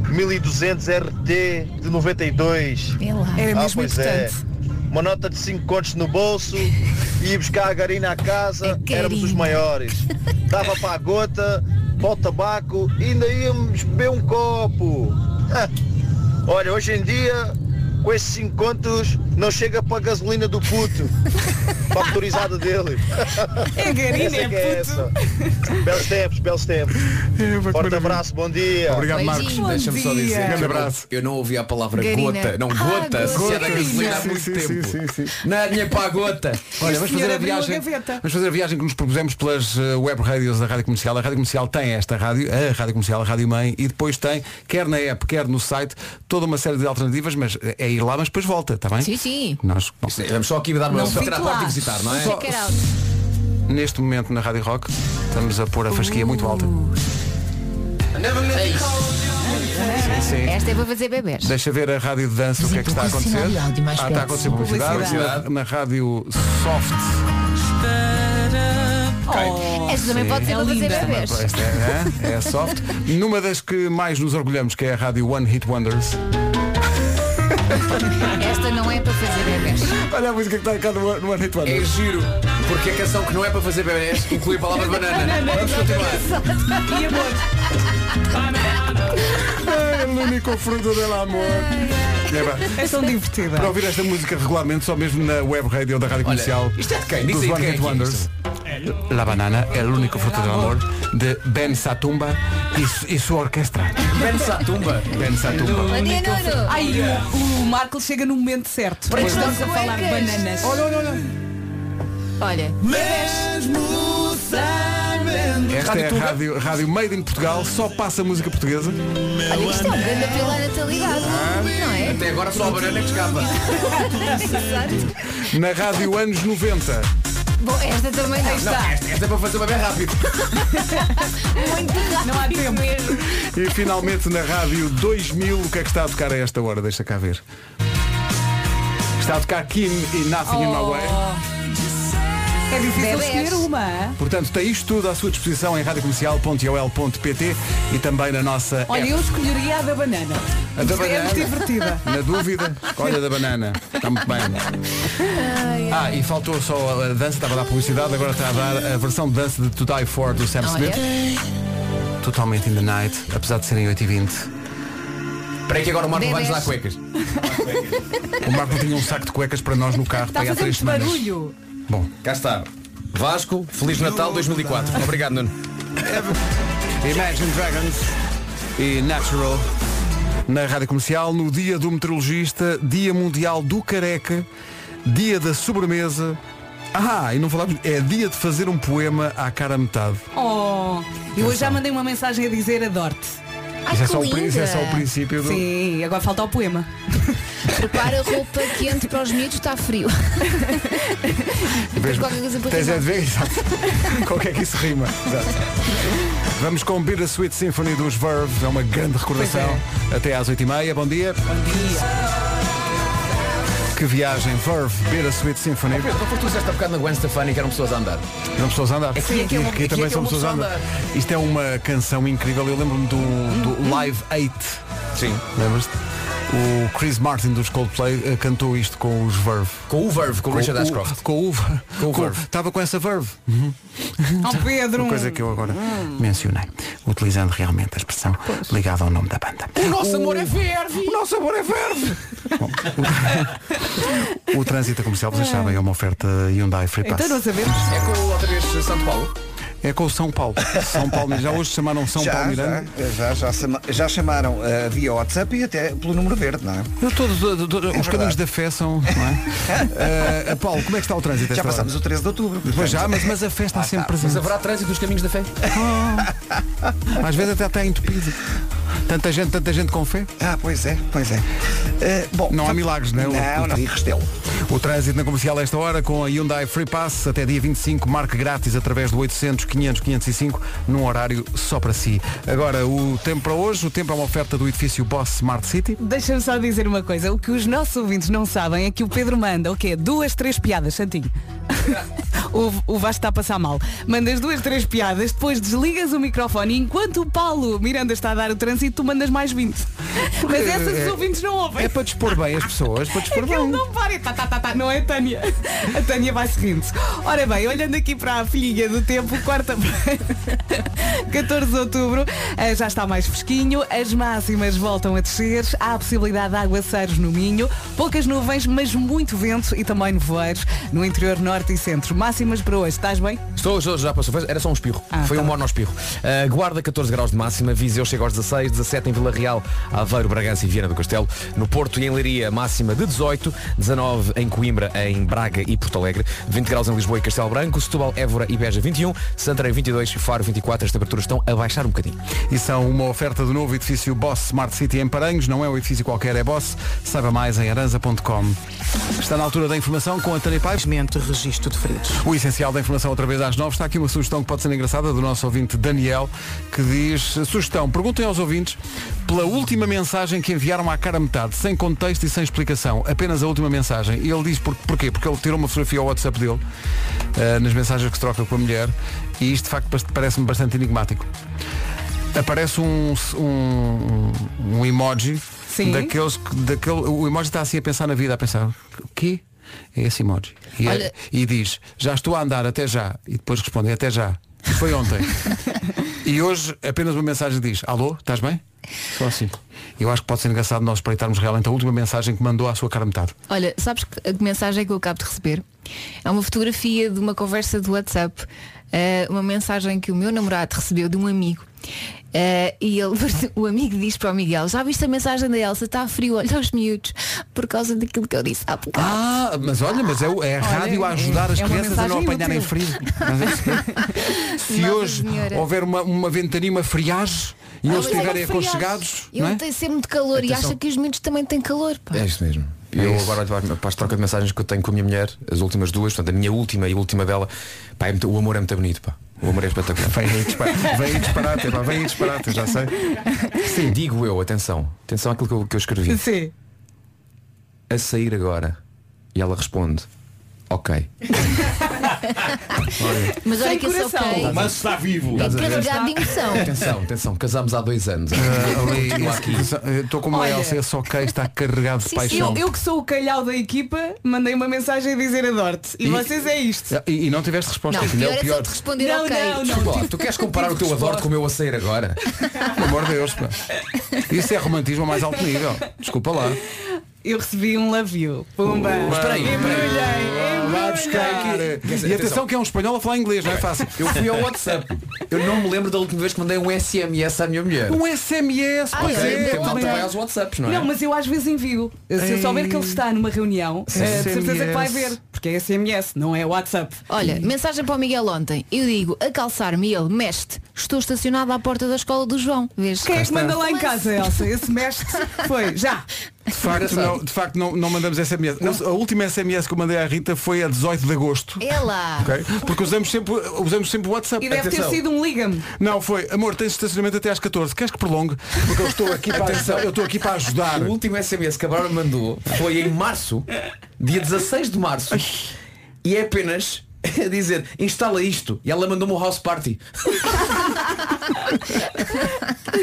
1200 RT de 92.
Era
ah,
mesmo
pois é.
importante.
Uma nota de 5 contos no bolso e ia buscar a garina à casa, éramos os maiores. Dava para a gota, para o tabaco [laughs] e ainda íamos beber um copo. Ah, Olha, hoje em dia com esses 5 contos não chega para a gasolina do puto. Para a motorizada dele.
É garina,
Essa
é
que é essa. Belos tempos, belos tempos.
É,
Forte abraço, bom dia.
Obrigado, Marcos. Deixa-me só dizer. que eu não- Eu não ouvi a palavra
Garina.
gota. Não,
Ah,
gota.
gota.
Se era
Sim,
gasolina há
sim,
muito
sim,
tempo.
sim,
Na minha para a gota.
Olha, vamos fazer, a viagem, vamos fazer a viagem que nos propusemos pelas eh, web radios da Rádio Comercial. A Rádio Comercial tem esta rádio, a Rádio Comercial, a Rádio Mãe, e depois tem, quer na app, quer no site, toda uma série de alternativas, mas eh, é ir lá, mas depois volta, está bem?
Sim, sim.
Nós, bom,
Vamos só aqui dar uma
Não
só
fique
tirar a porta
lá.
e visitar, não é?
Só-
Check it out.
neste momento na Rádio Rock, estamos a pôr a fasquia muito alta. Sim, sim.
Esta é para fazer bebês.
Deixa ver a rádio de dança o que é que está a acontecer.
sinal de áudio mais
ah,
perto.
está a acontecer publicidade,
Publicidade.
Na, na rádio soft.
Esta também pode ser para fazer bebês.
Esta é, é, é soft. Numa das que mais nos orgulhamos, que é a rádio One Hit Wonders.
Esta não é para fazer bebês.
Olha a música que está cá no, no One Hit
É
Wonders.
giro, porque a canção que não é para fazer bebés inclui a palavra banana. Vamos continuar.
continuar. E
É o único fruto del amor. É, bem.
É tão divertida.
Para ouvir esta música regularmente, só mesmo na web radio da Rádio Comercial.
isto é de quem? Diz
Dos
aí de
One
quem é
Hit
que é
Wonders. La banana é o único fruto do amor de Ben Satumba e, su- e sua orquestra.
Ben Satumba.
Ben Satumba.
Ai, o, o Marco chega no momento certo.
Para
Pois
que
estamos a
não
falar de
cuecas?
bananas.
Olha,
olha,
Olha.
Mesmo sabendo.
Esta é a rádio, rádio Made in Portugal, só passa música portuguesa.
Olha, isto é um grande apelo à natalidade. Não é?
Até agora só a banana que escapa.
Exato.
Na rádio anos 90.
Bom, esta também não.
Não, esta, esta é para fazer uma bem rápido.
Muito rápido. Não há tempo. Mesmo.
E finalmente na rádio 2000, o que é que está a tocar a esta hora? Deixa cá ver. Está a tocar Kim e Nothing in
Oh.
My Way.
É difícil
Bebés.
escolher uma.
Portanto, tem isto tudo à sua disposição em radiocomercial.ol.pt e também na nossa
Olha,
app.
eu escolheria a da banana.
A
Isto É
da
muito
banana.
[laughs]
divertida.
Na dúvida, escolha da banana. Está muito bem. Ah, e faltou só a dança, estava a dar publicidade, agora está a dar a versão de dança de To Die For do Sam
Olha.
Smith. Totalmente in the night, apesar de serem 8h20.
Espera aí que agora o Marco vai nos dar
Bebés.
cuecas.
O Marco tinha um saco de cuecas para nós no carro
Tá
Está a
para aí há
fazer
três
muito
semanas.
barulho.
Bom,
Cá está. Vasco, Feliz Natal 2004. Obrigado, Nuno.
Imagine Dragons e Natural na Rádio Comercial, no dia do meteorologista, dia mundial do careca, dia da sobremesa. Ah, e não falámos, é dia de fazer um poema à cara a metade.
Oh, eu hoje já mandei uma mensagem a dizer adoro-te.
Ai,
Isso é
que
só o
linda.
prin- isso é só o princípio do-
Sim, agora falta o poema.
Prepara roupa quente para os miúdos, está frio. Depois qualquer coisa para
Tens é
rimar.
de ver, exato. [laughs] Com o que é que isso rima? Exato. Vamos com Beer Sweet Symphony dos Verve, é uma grande recordação.
é.
Até às 8h30, bom dia. Bom dia. Que viagem, Verve, Beer Sweet Symphony.
Pedro, não foste tu disseste há bocado na Gwen Stefani que eram pessoas a andar.
São pessoas a andar.
É que- é que é uma-
Aqui
é que
também
é
são
uma
pessoas a
pessoa a
andar. Isto é uma canção incrível. Eu lembro-me do, do
Uhum.
Live 8.
Sim.
Lembras-te? O Chris Martin dos Coldplay eh, cantou isto com os Verve.
Com o Verve, com o Richard
o-
Ashcroft.
Com o,
Com o
com-
Verve.
Estava com essa Verve.
Oh, Pedro.
Uma coisa que eu agora
Hum.
mencionei. Utilizando realmente a expressão ligada ao nome da banda.
O nosso amor é verve.
O nosso amor é verve. O trânsito comercial, vocês sabem, é uma oferta Hyundai Free Pass.
Ah. Então não sabemos.
É com outra vez Santo Paulo.
É com o São Paulo. São Paulo, já hoje chamaram São
já,
Paulo Miranda.
já, já, já, chama- já chamaram eh, via WhatsApp e até pelo número verde, não é?
Eu todos, todos- todos- os
verdade.
caminhos da fé são. Não
[laughs]
é? Eh, Paulo, como é que está o trânsito? a
Já
esta
passamos o 13 de outubro. Ah, tá.
hora? Pois já, mas, mas a fé está sempre
Ah, tá. Mas
presente.
haverá trânsito dos caminhos da fé?
[laughs] Às vezes até está entupido. Tanta gente, tanta gente com fé.
Ah, pois é, pois é. Eh, bom,
Não há milagres, não é?
Não, não, e Restelo.
O trânsito na comercial a esta hora com a Hyundai Free Pass até dia 25, marque grátis através do 800 500 505 num horário só para si. Agora, o tempo para hoje, o tempo é uma oferta do edifício Boss Smart City.
Deixa-me só dizer uma coisa. O que os nossos ouvintes não sabem é que o Pedro manda o quê? Duas, três piadas, Santinho. [laughs] o, o Vasco está a passar mal. Mandas duas, três piadas, depois desligas o microfone e enquanto o Paulo Miranda está a dar o trânsito, tu mandas
[laughs]
mais 20. Mas essas os
é-
ouvintes não ouvem.
É para dispor bem as pessoas, para
[laughs]
dispor
Aquilo
bem.
não para. e tá, tá, tá, tá, não é a Tânia. [laughs] A Tânia vai seguindo-se. Ora bem, olhando aqui para a filhinha do tempo, quarta-feira, 14 de outubro, eh, já está mais fresquinho, as máximas voltam a descer, há a possibilidade de aguaceiros no Minho, poucas nuvens, mas muito vento e também nevoeiros no interior norte e centro. Máximas para hoje, estás bem?
Estou, estou, já passou, Foi- era só um espirro.
Ah,
Foi
tá
um
bem.
monospirro. Uh, Guarda 14 graus de máxima, Viseu chega aos 16, 17 em Vila Real, Aveiro, Bragança e Viana do Castelo. No Porto e em Leiria, máxima de 18, 19 em Coimbra, em Braga e Porto Alegre, 20 graus em Lisboa e Castelo Branco, Setúbal, Évora e Beja 21, Santarém 22, Faro 24. As temperaturas estão a baixar um bocadinho.
E são uma oferta do novo edifício Boss Smart City em Paranhos. Não é um edifício qualquer, é Boss. Saiba mais em aranza.com. Está na altura da informação com António Paiva. registro de feridos. O essencial da informação outra vez às nove. Está aqui uma sugestão que pode ser engraçada do nosso ouvinte Daniel, que diz, sugestão, perguntem aos ouvintes pela última mensagem que enviaram à cara metade, sem contexto e sem explicação. Apenas a última mensagem. E ele diz por, porquê? Porque ele tirou uma fotografia ao WhatsApp dele, eh, nas mensagens que se troca com a mulher, e isto de facto bast- parece-me bastante enigmático aparece um, um, um emoji
Sim.
daqueles que- daquele, o emoji está assim a pensar na vida, a pensar, o quê? É esse emoji. E, é-
Olha-
e diz, já estou a andar até já. E depois responde, até já. Foi
[laughs]
ontem. e hoje apenas uma mensagem diz, alô, estás bem? Só assim. Eu acho que pode ser engraçado nós espreitarmos realmente a última mensagem que mandou à sua cara metade.
Olha, sabes que a que mensagem que eu acabo de receber? É uma fotografia de uma conversa do WhatsApp, eh, uma mensagem que o meu namorado recebeu de um amigo. Eh, e ele, [laughs] o amigo diz para o Miguel, já viste a mensagem da Elsa? Está frio, olha os miúdos, por causa daquilo que eu disse há bocado. [laughs]
Ah, mas olha, mas é, o- é a rádio a ajudar as
é uma
crianças a não
mensagem
apanharem
útil.
frio. Mas é isso que é. Se
[laughs] Nossa
hoje
Senhora.
houver uma, uma ventania, uma friagem, e
Ah,
eles
mas é
estiverem
frio.
aconchegados,
Ele
não é?
tem sempre muito calor e
Atenção.
acha que os miúdos também têm calor. pá.
É isto mesmo. eu agora olho para- para as trocas de mensagens que eu tenho com a minha mulher, as últimas duas, portanto a minha última e a última dela, pá, é muito- o amor é muito bonito, pá. O amor é espetacular.
Vem aí disparate, vem aí disparate, pá, vem aí disparate, já
[laughs]
sei.
Sim, digo eu, atenção. Atenção àquilo que eu, que eu escrevi.
Sim.
A sair agora. E ela responde, ok.
Mas olha
Sem
que eu sou
coração.
ok.
O romance está vivo.
É carregado de emoção.
Atenção, atenção, casámos há dois anos.
Ah, ali,
Continua
esse-
aqui.
Estou como a
Olha.
Elsa, esse ok está carregado de paixão.
Eu, eu que sou o calhau da equipa, mandei uma mensagem a dizer adoro-te. E, vocês é isto.
E, e não tiveste resposta.
Não,
filho,
pior é só te responder Não, ok. não, não,
Desculpa,
tive-
tu queres comparar o teu
resposta.
adoro com o meu a sair agora?
Pelo amor de Deus, pá. Isso é romantismo a mais alto nível. Desculpa lá.
Eu recebi um love you. Pumba.
Mas espera aí, espera aí.
Embrulhei,
Vai buscar
embrulhei.
aqui. E atenção que é um espanhol a falar inglês, não é fácil.
Eu fui ao WhatsApp. Eu não me lembro da última vez que mandei um SMS à minha
é
mulher.
Um SMS,
Ah,
Ok,
é?
porque
Eu
a malta
também
vai
acho.
aos WhatsApps, não
Não,
é?
mas eu às vezes envio. Se eu souber que ele está numa reunião,
Sim.
eh, de certeza que vai
SMS.
ver. Porque é SMS, não é WhatsApp.
Olha, mensagem para o Miguel ontem. Eu digo, a calçar-me e ele, mexe Estou estacionado à porta da escola do João. Vês?
Quem é que manda lá em casa, Elsa? Esse mestre foi, já.
De facto, não, de facto não, não mandamos SMS. A última SMS que eu mandei à Rita foi a 18 de agosto.
Ah.
Ela!
ok? então, Porque usamos sempre, usamos sempre o WhatsApp.
E deve ter sido um liga-me.
Não, foi, amor, tens estacionamento até às 14. Queres que prolongue? Porque eu estou aqui para,
Atenção.
eu estou aqui para ajudar.
O último SMS que a Bárbara mandou foi em março, dia 16 de março. E é apenas a dizer, instala isto. E ela mandou-me o house party.
[laughs]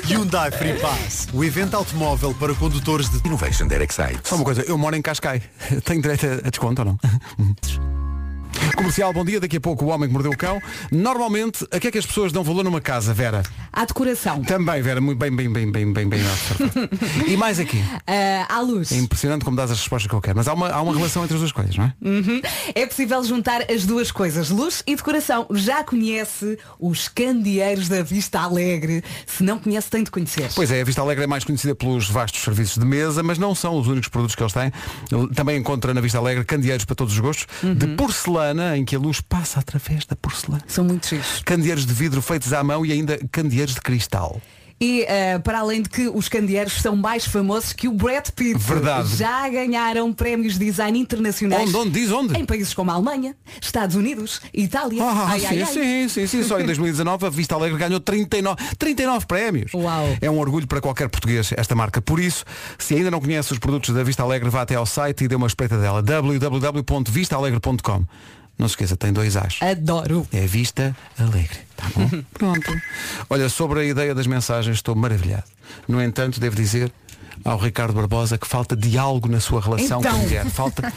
Hyundai Free Pass, um o evento automóvel para condutores de Innovation Direct Site.
Só uma coisa, eu moro em Cascai. [laughs] Tenho direito a, a desconto ou não? [laughs] Comercial, bom dia. Daqui a pouco o homem que mordeu o cão. Normalmente, a que é que as pessoas dão valor numa casa, Vera?
À decoração.
Também, Vera, muito bem, bem, bem, bem,
[laughs]
bem, bem. observado. e mais aqui.
Ah, à luz.
É impressionante como dás as respostas que eu quero, mas há uma, há uma relação entre as duas coisas, não é?
Uhum. É possível juntar as duas coisas, luz e decoração. Já conhece os candeeiros da Vista Alegre. Se não conhece, tem de conhecer.
Pois é, a Vista Alegre é mais conhecida pelos vastos serviços de mesa, mas não são os únicos produtos que eles têm. Também encontra na Vista Alegre candeeiros para todos os gostos, de porcelana, em que a luz passa através da porcelana.
Uhum. São muito giros.
Candeeiros de vidro feitos à mão e ainda candeeiros de cristal.
E ah, para além de que os candeeiros são mais famosos que o Brad Pitt.
Verdade.
Já ganharam prémios de design internacionais.
Onde, onde, diz onde?
Em países como a Alemanha, Estados Unidos, Itália.
Ah,
ai,
sim,
ai, ai.
sim, sim, sim. Só em 2019 a Vista Alegre ganhou 39, 39 prémios. É um orgulho para qualquer português esta marca. Por isso, se ainda não conhece os produtos da Vista Alegre, vá até ao site e dê uma espreita dela. www.vistaalegre.com Não se esqueça, tem dois As.
Adoro.
É Vista Alegre. Tá bom? Pronto. Olha, sobre a ideia das mensagens, estou maravilhado. No entanto, devo dizer ao Ricardo Barbosa que falta diálogo na sua relação
Então.
com a mulher. Falta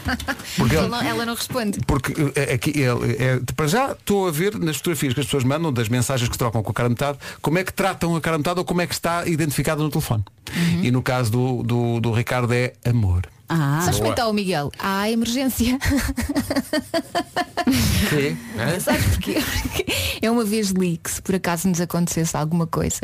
Porque
ela,
ele-
não- ela não responde.
Porque eh, aqui, ele, eh, de- para já estou a ver nas fotografias que as pessoas mandam, das mensagens que se trocam com a cara metade, como é que tratam a cara metade ou como é que está identificado no telefone. E no caso do, do, do Ricardo é amor.
Ah, Sabes
Boa.
como é que está o Miguel? Há emergência. [laughs]
Quê?
Sabes porquê? Porque eu uma vez li que se por acaso nos acontecesse alguma coisa,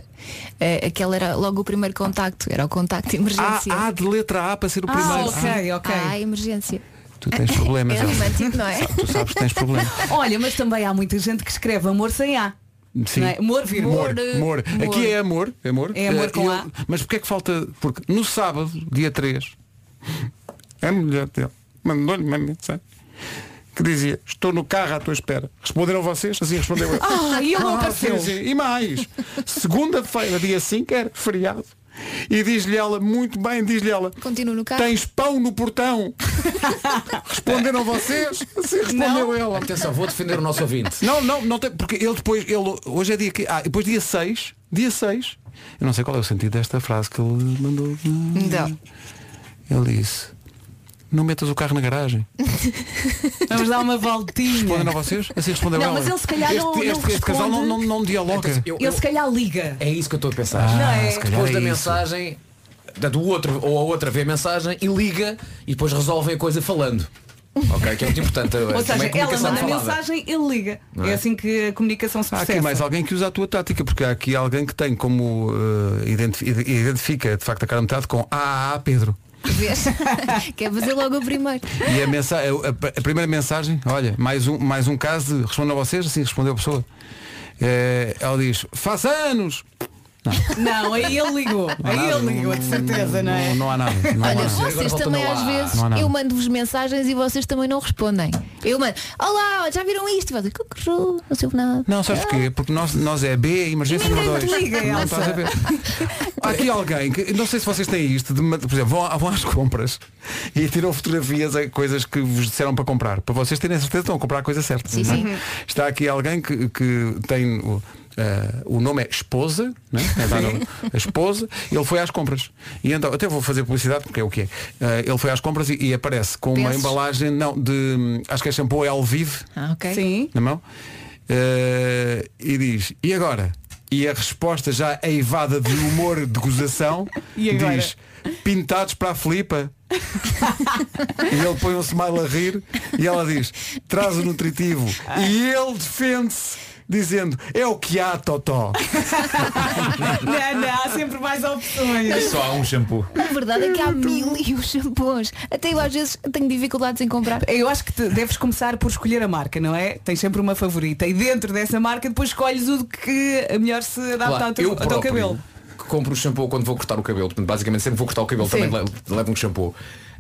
eh, aquele era logo o primeiro contacto, era o contacto de emergência.
Há, há de letra A para ser o primeiro. Ah,
Há emergência.
tu tens problemas.
É
Elsa.
romântico, não é?
Sabe- Tu sabes que tens problemas.
Olha, mas também há muita gente que escreve amor sem A.
Sim.
Não é? Amor, vírgula.
amor,
Amor.
amor. Aqui é amor. amor.
É amor
Eh,
com
eu-
A.
Mas porque é que falta. Porque no sábado, dia 3, a mulher dele mandou-lhe uma mensagem que dizia, estou no carro à tua espera. Responderam vocês? Assim respondeu eu.
Ah, e ele não apareceu.
sim, sim. E mais, segunda-feira, dia 5, era feriado. E diz-lhe ela, muito bem, diz-lhe ela,
Continuo no carro.
tens pão no portão. Responderam vocês? Assim respondeu ela.
Atenção, vou defender o nosso ouvinte.
Não, não, não tem, porque ele depois, ele, hoje é dia que. Ah, depois dia 6, dia 6. Eu não sei qual é o sentido desta frase que ele mandou.
Então.
Ele disse, não metas o carro na [laughs] garagem.
Vamos dar uma voltinha.
Responderam a vocês? Assim respondeu
Não,
ela.
mas ele se calhar
este,
não- não
este, este casal não,
responde.
não, não
Então,
dialoga.
Ele se calhar liga.
É isso que eu estou a pensar.
Ah, Não é? se calhar
Depois
é
da
isso.
mensagem, portanto, o outro ou a outra vê a mensagem e liga e depois resolvem a coisa falando. Ok, que é muito importante.
Ou
Também
seja,
é
ela
comunicação
manda
falada.
mensagem, ele liga.
Não
É
é?
assim que a comunicação se
Há
processa.
aqui mais alguém que usa a tua tática, porque há aqui alguém que tem como eh, identi- ide- identifica de facto a cara metade com AAA Pedro.
Ah.
Vês? [laughs] Quer fazer logo o primeiro.
E a, mensa- a- a- a primeira mensagem, olha, mais um, mais um caso de respondo a vocês, assim respondeu a pessoa. Eh, ela diz, faça anos!
Não, aí ele ligou.
Não há
Aí
nada,
ele ligou, de certeza, não é?
Não, não há nada. Não há
Olha,
nada.
vocês também às vezes
Não há nada.
eu mando-vos mensagens e vocês também não respondem. Eu mando, olá, já viram isto? Vocês, "Cucuru, não sei nada.
Não, sabes porquê? Porque nós, nós é B, emergência
Ninguém
número
te
2.
liga,
não
Elsa.
estás a ver. Há aqui alguém que, não sei se vocês têm isto, de, por exemplo, vão, vão às compras e tiram fotografias a coisas que vos disseram para comprar, para vocês terem certeza que estão a comprar a coisa certa.
Sim,
não é?
sim.
Está aqui alguém que, que tem o. eh, o nome é esposa, não é? É dado nome. a esposa, ele foi às compras. E então, até vou fazer publicidade porque é o que é. Eh, ele foi às compras e, e aparece com uma
Pensos.
embalagem, não, de hum, acho que é shampoo El Vive
Ah, ok.
na mão Eh, e diz e agora e a resposta já eivada de humor de gozação
[laughs] E agora?
diz pintados para a
[laughs]
Filipa e ele põe um smile a rir e ela diz traz o nutritivo e ele defende-se dizendo é o que há Totó
Não, não, há sempre mais opções.
Só há um shampoo.
A verdade é que há mil e os shampoos. Até eu às vezes tenho dificuldades em comprar.
Eu acho que te- deves começar por escolher a marca, não é? Tens sempre uma favorita. E dentro dessa marca depois escolhes o que é melhor se adapta
Claro,
ao,
eu
teu, ao teu
próprio
cabelo.
que Compro o shampoo quando vou cortar o cabelo. Portanto, basicamente sempre vou cortar o cabelo,
Sim.
também le- levo um shampoo.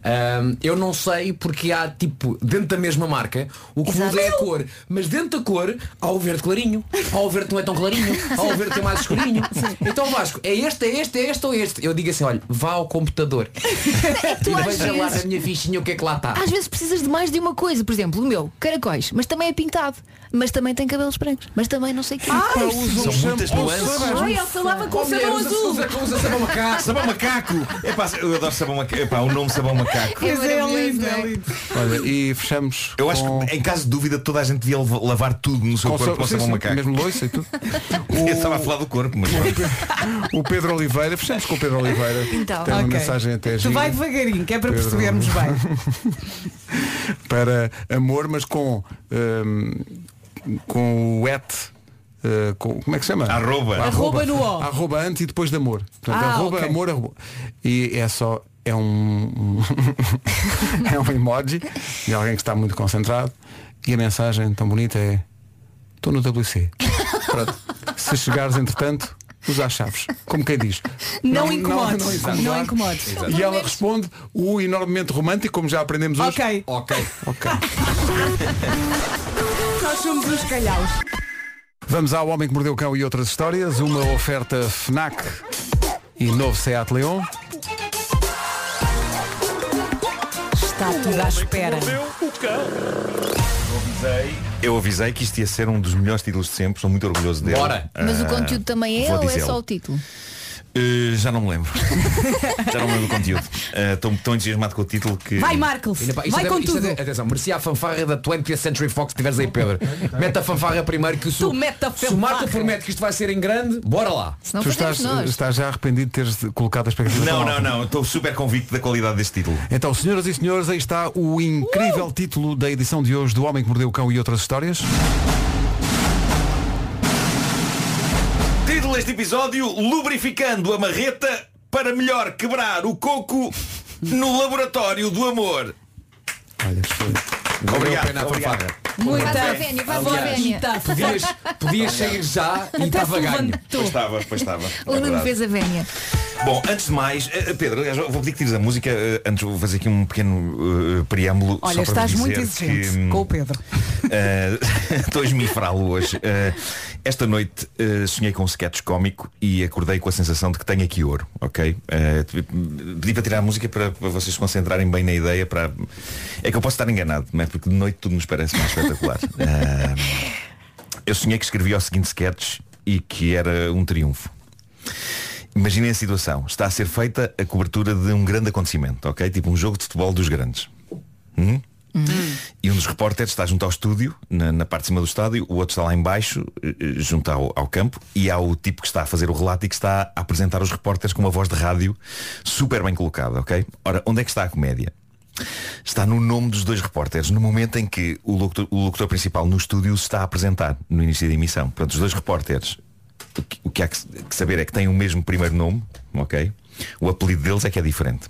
Ahm, eu não sei porque há tipo dentro da mesma marca o que
Exato.
muda é a cor, mas dentro da cor há o verde clarinho, há o verde que não é tão clarinho, há o verde que é mais
[laughs]
escurinho. Então Vasco, é este, é este, é este ou este? Eu digo assim, olha, vá
[laughs]
ao computador
tu
É
e
às
veja lá
vezes-
na minha fichinha o que é que lá está.
Às vezes precisas de mais de uma coisa, por exemplo, o meu, caracóis, mas também é pintado, mas também tem cabelos brancos, mas também não sei o que.
São muitas nuances.
um.
falava
com sabão azul.
é Usa sabão macaco.
Sabão macaco. Epá, eu adoro sabão macaco. Epá, o nome sabão macaco.
Pois é, é lindo, é lindo.
Olha, e fechamos
Eu acho que em caso de dúvida toda a gente devia leva- lavar tudo no seu
Com
corpo
sa-
com
sim,
sabão
sim,
macaco.
mesmo loiça e tudo.
[laughs] Eu estava a falar do corpo, mas
[laughs] o Pedro Oliveira fechamos com o Pedro Oliveira
Então,
tem uma
ok.
mensagem até
Tu
gira.
vai devagarinho, que é para
Pedro.
percebermos bem.
[laughs] para amor, mas com hum, com o et eh, com, como é que se chama?
Arroba. Arroba no O.
Arroba antes e depois de amor. Portanto,
Ah,
arroba
ok.
amor, arroba. E é só, é um [laughs] é um emoji de alguém que está muito concentrado e a mensagem tão bonita é estou no WC. Pronto. Se chegares entretanto, usa as chaves. Como quem diz.
Não incomodes. Não incomodes. Exato.
E ela responde o enormemente romântico, como já aprendemos hoje.
Ok.
Ok. Ok.
Nós somos os calhaus.
Vamos ao Homem que Mordeu o Cão e outras histórias. Uma oferta FNAC e novo Seat Leon.
Está tudo à espera.
eu avisei que isto ia ser um dos melhores títulos de sempre, sou muito orgulhoso dele.
Mas o
Ah,
conteúdo também é
vou
ou é
dizê-lo.
só o título?
Eh, já não me
[laughs]
lembro. já não me lembro do conteúdo. Eh, Estou tão entusiasmado com o título que.
Vai, Marcos.
Ainda pá, isto
Vai
até-
com
isto
tudo.
até- atenção, merecia a fanfarra da 20th Century Fox que tiveres aí,
[laughs]
Pedro. Mete a fanfarra primeiro que o
Tu mete a
Se o Marco
fanfarra.
promete que isto vai ser em grande, bora lá.
Se não
tu estás, estás já arrependido de teres colocado a expectativa
Não,
tão
não,
alta.
não. Estou super convicto da qualidade deste título.
Então, senhoras e senhores, aí está o
Uh!
incrível título da edição de hoje do Homem que Mordeu o Cão e outras histórias.
Título deste episódio: Lubrificando a marreta para melhor quebrar o coco no laboratório do amor.
Valeu
Obrigado,
a pena a
obrigado.
fanfarra.
Muita
Aliás,
vénia, vai
aliás,
para a vénia.
[laughs] Podias, podias sair já e
Até
estava
se
ganho.
levantou.
Pois estava, pois estava.
O
É
Nuno
verdade.
fez a vénia.
Bom, antes de mais, eh, Pedro, aliás, vou pedir que tires a música, eh, antes vou fazer aqui um pequeno eh, preâmbulo.
Olha,
só para vos
estás muito
dizer
exigente
que, hum,
com o Pedro.
eh, [laughs] Estou a esmifrá-lo hoje. Eh, esta noite eh, sonhei com um sketch cómico e acordei com a sensação de que tenho aqui ouro, ok? Eh, te- pedi para tirar a música para, para vocês se concentrarem bem na ideia. Para... É que eu posso estar enganado, não é? porque de noite tudo nos parece mais espetacular. Eh, eu sonhei que escrevia o seguinte sketch e que era um triunfo. Imaginem a situação. Está a ser feita a cobertura de um grande acontecimento, ok? Tipo um jogo de futebol dos grandes. Hum?
Uhum.
E um dos repórteres está junto ao estúdio, na, na parte de cima do estádio, o outro está lá em baixo, eh, eh, junto ao, ao campo, e há o tipo que está a fazer o relato e que está a apresentar os repórteres com uma voz de rádio super bem colocada, ok? Ora, onde é que está a comédia? Está no nome dos dois repórteres, no momento em que o locutor, o locutor principal no estúdio se está a apresentar, no início da emissão. Portanto, os dois repórteres, o que, o que há que s- que saber é que têm o mesmo primeiro nome, ok? O apelido deles é que é diferente.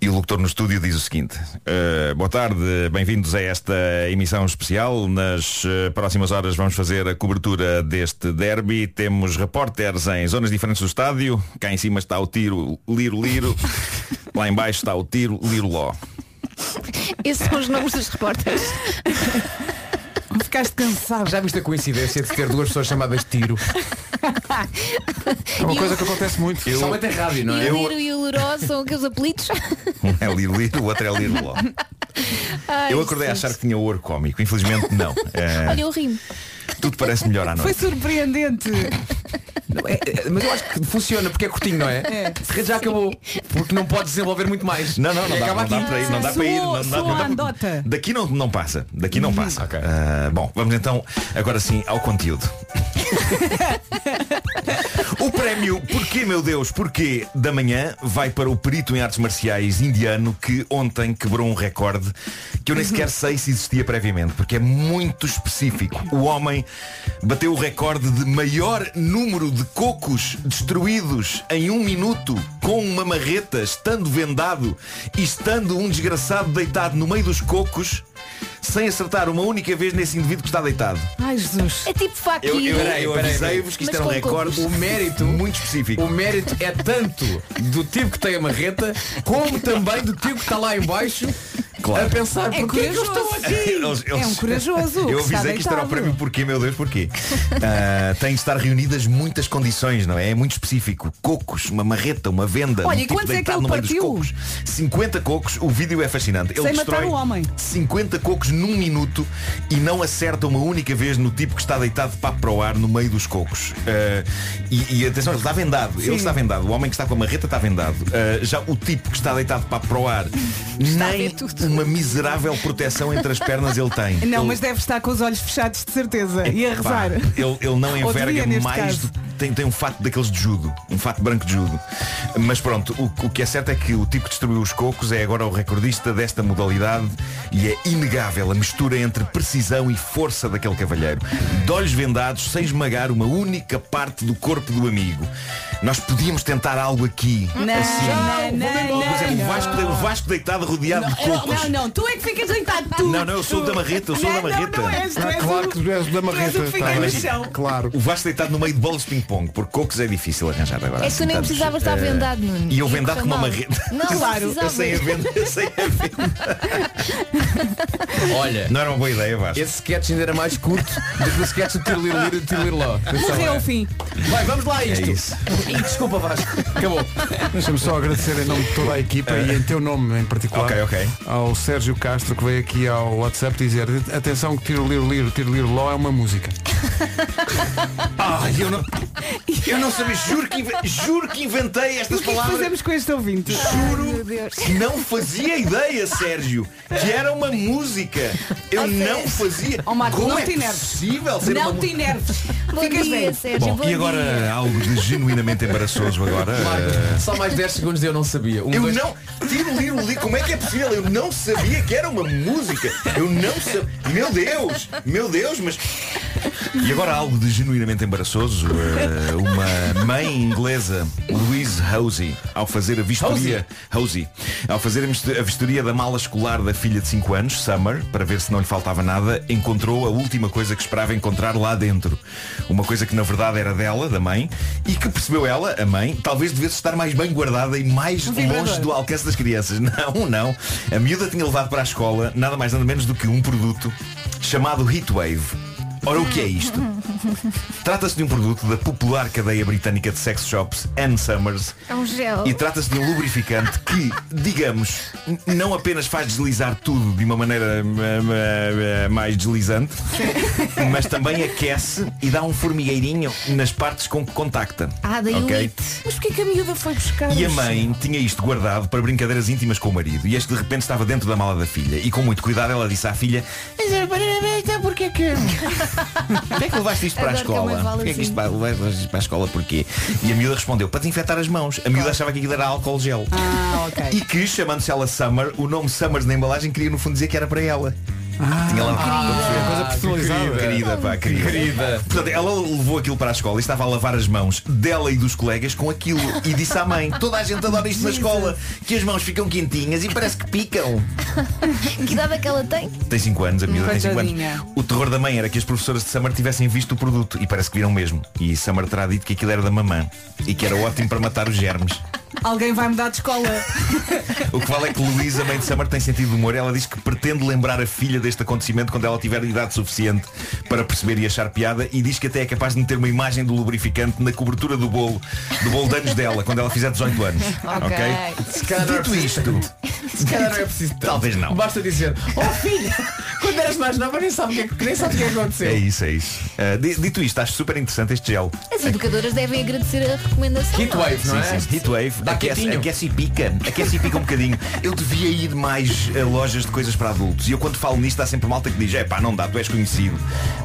E o locutor no estúdio diz o seguinte "Eh, Boa tarde, bem-vindos a esta emissão especial Nas eh, próximas horas vamos fazer a cobertura deste derby Temos repórteres em zonas diferentes do estádio Cá em cima está o tiro, liro,
[laughs]
liro Lá em baixo está o tiro, liro, ló
Esses são os nomes dos repórteres.
[laughs]
Ficaste cansado.
Já viste a coincidência de ter duas pessoas chamadas Tiro?
É uma coisa que acontece muito.
Eu... Somente em rádio,
E
não é?
o Liro e o Luró são aqueles apelidos.
Um é liro, liro, o outro é liro, ló
Ai,
Eu acordei a
Jesus.
achar que tinha ouro cómico Infelizmente não Eh,
Olha, eu rimo.
Tudo parece melhor à
Foi
noite
surpreendente.
Não, é, é, Mas eu acho que funciona porque é curtinho, não é?
É.
Se calhar já acabou. Porque não pode desenvolver muito mais.
Não, não, não dá,
Acaba
não dá
aqui.
para ir, não dá para ir. Não
Soou-
dá, não dá-
soou a andota.
Daqui não, não passa, daqui não passa. Ah, bom, vamos então agora sim ao conteúdo. o prémio Porquê, meu Deus, Porquê da manhã vai para o perito em artes marciais indiano que ontem quebrou um recorde que eu nem sequer sei se existia previamente, porque é muito específico. O homem bateu o recorde de maior número de cocos destruídos em um minuto com uma marreta, estando vendado e estando um desgraçado deitado no meio dos cocos sem acertar uma única vez nesse indivíduo que está deitado.
Ai Jesus.
É tipo faquinha.
Eu, eu, eu avisei-vos que isto
Mas
era um
com
recorde
O mérito,
muito específico.
o mérito é tanto do tipo que tem a marreta, como também do tipo que está lá em baixo
Claro.
a pensar
É
porque eu
corajoso.
estou aqui.
[laughs] Eles- eles-
É um corajoso.
[laughs]
que
Eu
está
avisei que isto era o
deitado.
prémio porquê, meu
[laughs]
Deus, porquê? Ah, tem de estar reunidas muitas condições, não é? É muito específico. Cocos, uma marreta, uma venda.
Olha,
um
e
tipo
quantos é que
deitado
ele
no meio dos
partiu?
cocos. 50 cocos, o vídeo é fascinante. Ele
Sem matar um
destrói
o homem.
50 cocos num minuto e não acerta uma única vez no tipo que está deitado de papo para o ar no meio dos cocos. Ah, e, e atenção, ele está vendado. Ele está vendado. O homem que está com a marreta está vendado. Ah, já o tipo que está deitado de papo para o ar, nem uma miserável proteção entre as pernas ele tem.
Não,
Ele-
mas deve estar com os olhos fechados de certeza. É, E a
Pá,
rezar.
ele, ele não
Ou devia,
enverga
neste
mais
caso.
do, tem, tem um fato daqueles de judo Um fato branco de judo Mas pronto, o, o que é certo é que o tipo que destruiu os cocos É agora o recordista desta modalidade E é inegável a mistura entre precisão e força daquele cavalheiro De olhos vendados, sem esmagar uma única parte do corpo do amigo Nós podíamos tentar algo aqui
Não,
assim.
não, não,
Por exemplo, o Vasco, o Vasco deitado rodeado de
Não,
cocos
não, não, tu é que ficas deitado tu.
Não, não, eu sou
tu.
da marreta, eu sou da
Não,
marreta.
Não, não és, tu
Ah,
és
claro
o-
que tu és da
tu és o
marreta.
que
tá
fica no
bem.
chão.
Claro.
O Vasco deitado no meio de bolas de ping-pong, porque cocos é difícil arranjar agora.
É que tu nem
Assim,
precisavas estar
eh,
vendado, Nuno.
E eu
Ia
vendado
correr
com uma
mal.
marreta.
Não, claro.
Eu sei a venda, eu sei a venda.
Olha,
Não era uma boa ideia, Vasco.
esse sketch ainda era mais curto do que o sketch do tiro liro e do tiro lá.
Morreu o fim.
Vai, vamos lá a isto.
É isso.
Ih, desculpa Vasco. Acabou.
Deixa-me só agradecer em nome de toda a equipa e em teu nome em particular
Ok, ok.
ao Sérgio Castro que veio aqui ao WhatsApp dizer atenção que tiro liro liro, tiro liro ló é uma música.
Ai, eu não. Eu não sabia, juro que, inve- juro que inventei
E
estas
o que é que
palavras.
fazemos com este ouvinte?
Juro Não fazia ideia, Sérgio, que era uma música. Eu não fazia.
Oh, Marco,
Como
não
é
te enerves.
possível ser
não
uma
te
[laughs]
enerves.
Bom
Ficas
dia,
bem.
Sérgio.
Bom, e agora algo de genuinamente embaraçoso agora. eh,
Só mais 10 segundos de eu não sabia. Um,
eu
dois-
não, tiro li, li, como é que é possível? Eu não sabia que era uma música. Eu não sabia. Meu Deus, meu Deus, mas. E agora algo de genuinamente embaraçoso. eh, uma mãe inglesa, Louise Hosey, ao fazer a vistoria. Hosey, ao fazer a misto- a vistoria da mala escolar da filha de 5 anos, Summer, para ver se não lhe faltava nada, encontrou a última coisa que esperava encontrar lá dentro. Uma coisa que na verdade era dela, da mãe, e que percebeu ela, a mãe, talvez devesse estar mais bem guardada e mais
Um vibrador.
longe do alcance das crianças. [laughs] Não, não. A miúda tinha levado para a escola nada mais nada menos do que um produto chamado Heatwave. Ora, o que é isto? Trata-se de um produto da popular cadeia britânica de sex shops Ann Summers
É um gel.
e trata-se de um lubrificante que, digamos, n- não apenas faz deslizar tudo de uma maneira eh, eh, mais deslizante, mas também aquece e dá um formigueirinho nas partes com que contacta.
Ah, daí
Ok?
o it.
Mas porquê que a miúda foi buscar?
E a mãe tinha isto guardado para brincadeiras íntimas com o marido E este de repente estava dentro da mala da filha E com muito cuidado ela disse à filha
Mas a primeira vez, então porquê que...
Porquê é que levaste isto para a escola? Porquê é que isto vai- levaste isto para a escola? Porquê? E a miúda respondeu Para desinfetar as mãos A miúda achava que aquilo era álcool gel
Ah, ok.
E que, chamando-se ela Summer O nome Summers na embalagem queria no fundo dizer que era para ela Tinha lá um
Ah, coisa personalizada.
Querida, pá, querida.
Querida.
Portanto, ela levou aquilo para a escola e estava a lavar as mãos dela e dos colegas com aquilo e disse à mãe, toda a gente adora isto na escola, que as mãos ficam quentinhas e parece que picam.
[laughs] que idade é que ela tem?
Tem 5 anos, a miúda tem 5 anos.
Coitadinha.
O terror da mãe era que as professoras de Summer tivessem visto o produto e parece que viram mesmo. E Summer terá dito que aquilo era da mamã e que era ótimo para matar os germes.
Alguém vai mudar de escola.
O que vale é que Luísa, mãe de Summer, tem sentido de humor. Ela diz que pretende lembrar a filha deste acontecimento quando ela tiver idade suficiente para perceber e achar piada e diz que até é capaz de meter uma imagem do lubrificante na cobertura do bolo, do bolo de anos dela, quando ela fizer 18 anos. Ok?
Ok.
Se calhar não é
Dito isto,
Se calhar não é preciso.
talvez não.
Basta dizer, [laughs] oh filha, quando eras mais nova nem sabes o que, nem sabes o que é que aconteceu.
É isso, é isso. Ah, di- dito isto, acho super interessante este gel.
As educadoras devem agradecer a recomendação. não é?
Sim, sim, Heatwave. Aquece,
quentinho.
aquece e é pica. Aquece e pica um bocadinho. Eu devia ir mais a lojas de coisas para adultos. E eu quando falo nisto há sempre malta que diz, é pá, não dá, tu és conhecido.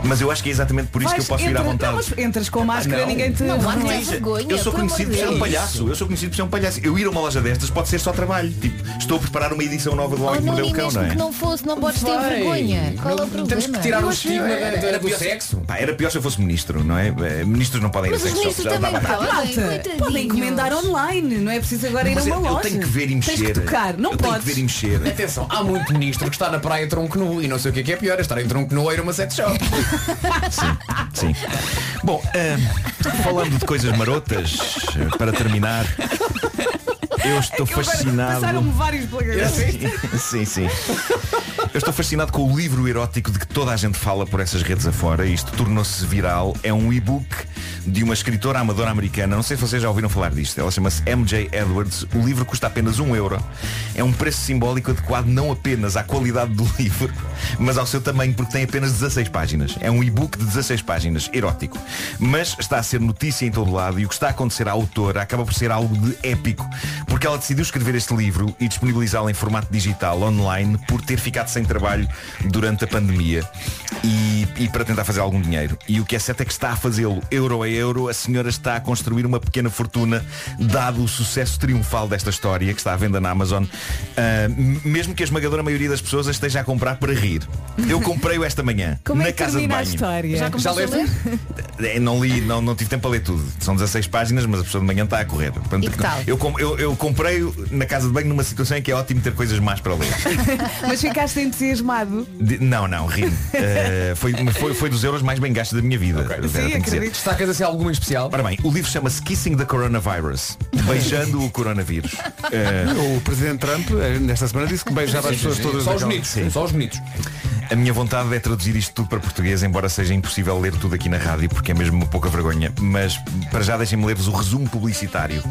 Mas eu acho que é exatamente por isso que eu
Vais-
posso ir à
entra-
vontade.
Não, mas entras com a máscara,
Não.
ninguém te.
Não é isso. Eu sou conhecido por ser um palhaço. Eu sou conhecido por ser um palhaço. Eu ir a uma loja destas pode ser só trabalho. Tipo, estou a preparar uma edição nova do Homem
Oh,
que
não,
Mordeu
e
o Cão,
mesmo
não é?
que não fosse, não podes ter
Vai.
vergonha. Qual é o
Não-
problema?
temos que tirar o
Eu acho-
estigma da- da-
Era
do
pior-
sexo.
Pá, era pior se eu fosse ministro, não é? Eh, Ministros não podem
Mas
ir a
os
sexo tá
ministros
shop, já
também
dava-
podem. Malta, podem encomendar online. Não é preciso agora ir a
Mas
uma
eu- eu
loja.
tenho que ver e mexer.
Tens que tocar. Não
Eu tenho
podes.
que ver e mexer.
Atenção, há muito ministro que está na praia tronco nu e não sei o que é que é pior, é estar em tronco nu ou ir a uma set shop.
É.
Sim. Bom, ahm, falando de coisas marotas, eh, para terminar, eu estou
É que eu agora-
fascinado.
Passaram-me vários plagas.
Sim, sim. Eu estou fascinado com o livro erótico de que toda a gente fala por essas redes afora. Isto tornou-se viral. É um e-book de uma escritora amadora americana. Não sei se vocês já ouviram falar disto. Ela chama-se MJ Edwards. O livro custa apenas um euro. É um preço simbólico adequado não apenas à qualidade do livro, mas ao seu tamanho, porque tem apenas 16 páginas. É um e-book de 16 páginas, erótico. Mas está a ser notícia em todo lado e o que está a acontecer à autora acaba por ser algo de épico, porque ela decidiu escrever este livro e disponibilizá-lo em formato digital online por ter ficado sem trabalho durante a pandemia e, e para tentar fazer algum dinheiro. E o que é certo é que está a fazê-lo euro a euro. A senhora está a construir uma pequena fortuna, dado o sucesso triunfal desta história que está à venda na Amazon, Ah, m- mesmo que a esmagadora maioria das pessoas a esteja a comprar para rir. Eu comprei-o esta manhã
Como
na
é que
casa de
termina a
banho.
história?
Já leste? É, não li, não, não tive tempo para ler tudo. São 16 páginas, mas a pessoa de manhã está a correr. Portanto,
E que tal?
Eu, com- eu, eu comprei na casa de banho numa situação em que é ótimo ter coisas más para ler.
[laughs] Mas ficaste entusiasmado.
De- não, não,
[laughs]
ri Eh, foi, foi, foi dos euros mais bem gastos da minha vida. Era,
Sim,
tem que
acredito.
ser.
Destacas assim alguma em especial?
Ora bem, o livro chama-se Kissing the Coronavirus. Beijando o
[laughs]
Eh, coronavírus.
O presidente Trump, eh, nesta semana, disse que beijava as
É. Sim, sim,
pessoas
sim.
todas.
Só os
daquela-
bonitos, só os bonitos. A minha vontade é traduzir isto tudo para português, embora seja impossível ler tudo aqui na rádio, porque é mesmo uma pouca vergonha. Mas para já deixem-me ler-vos o resumo publicitário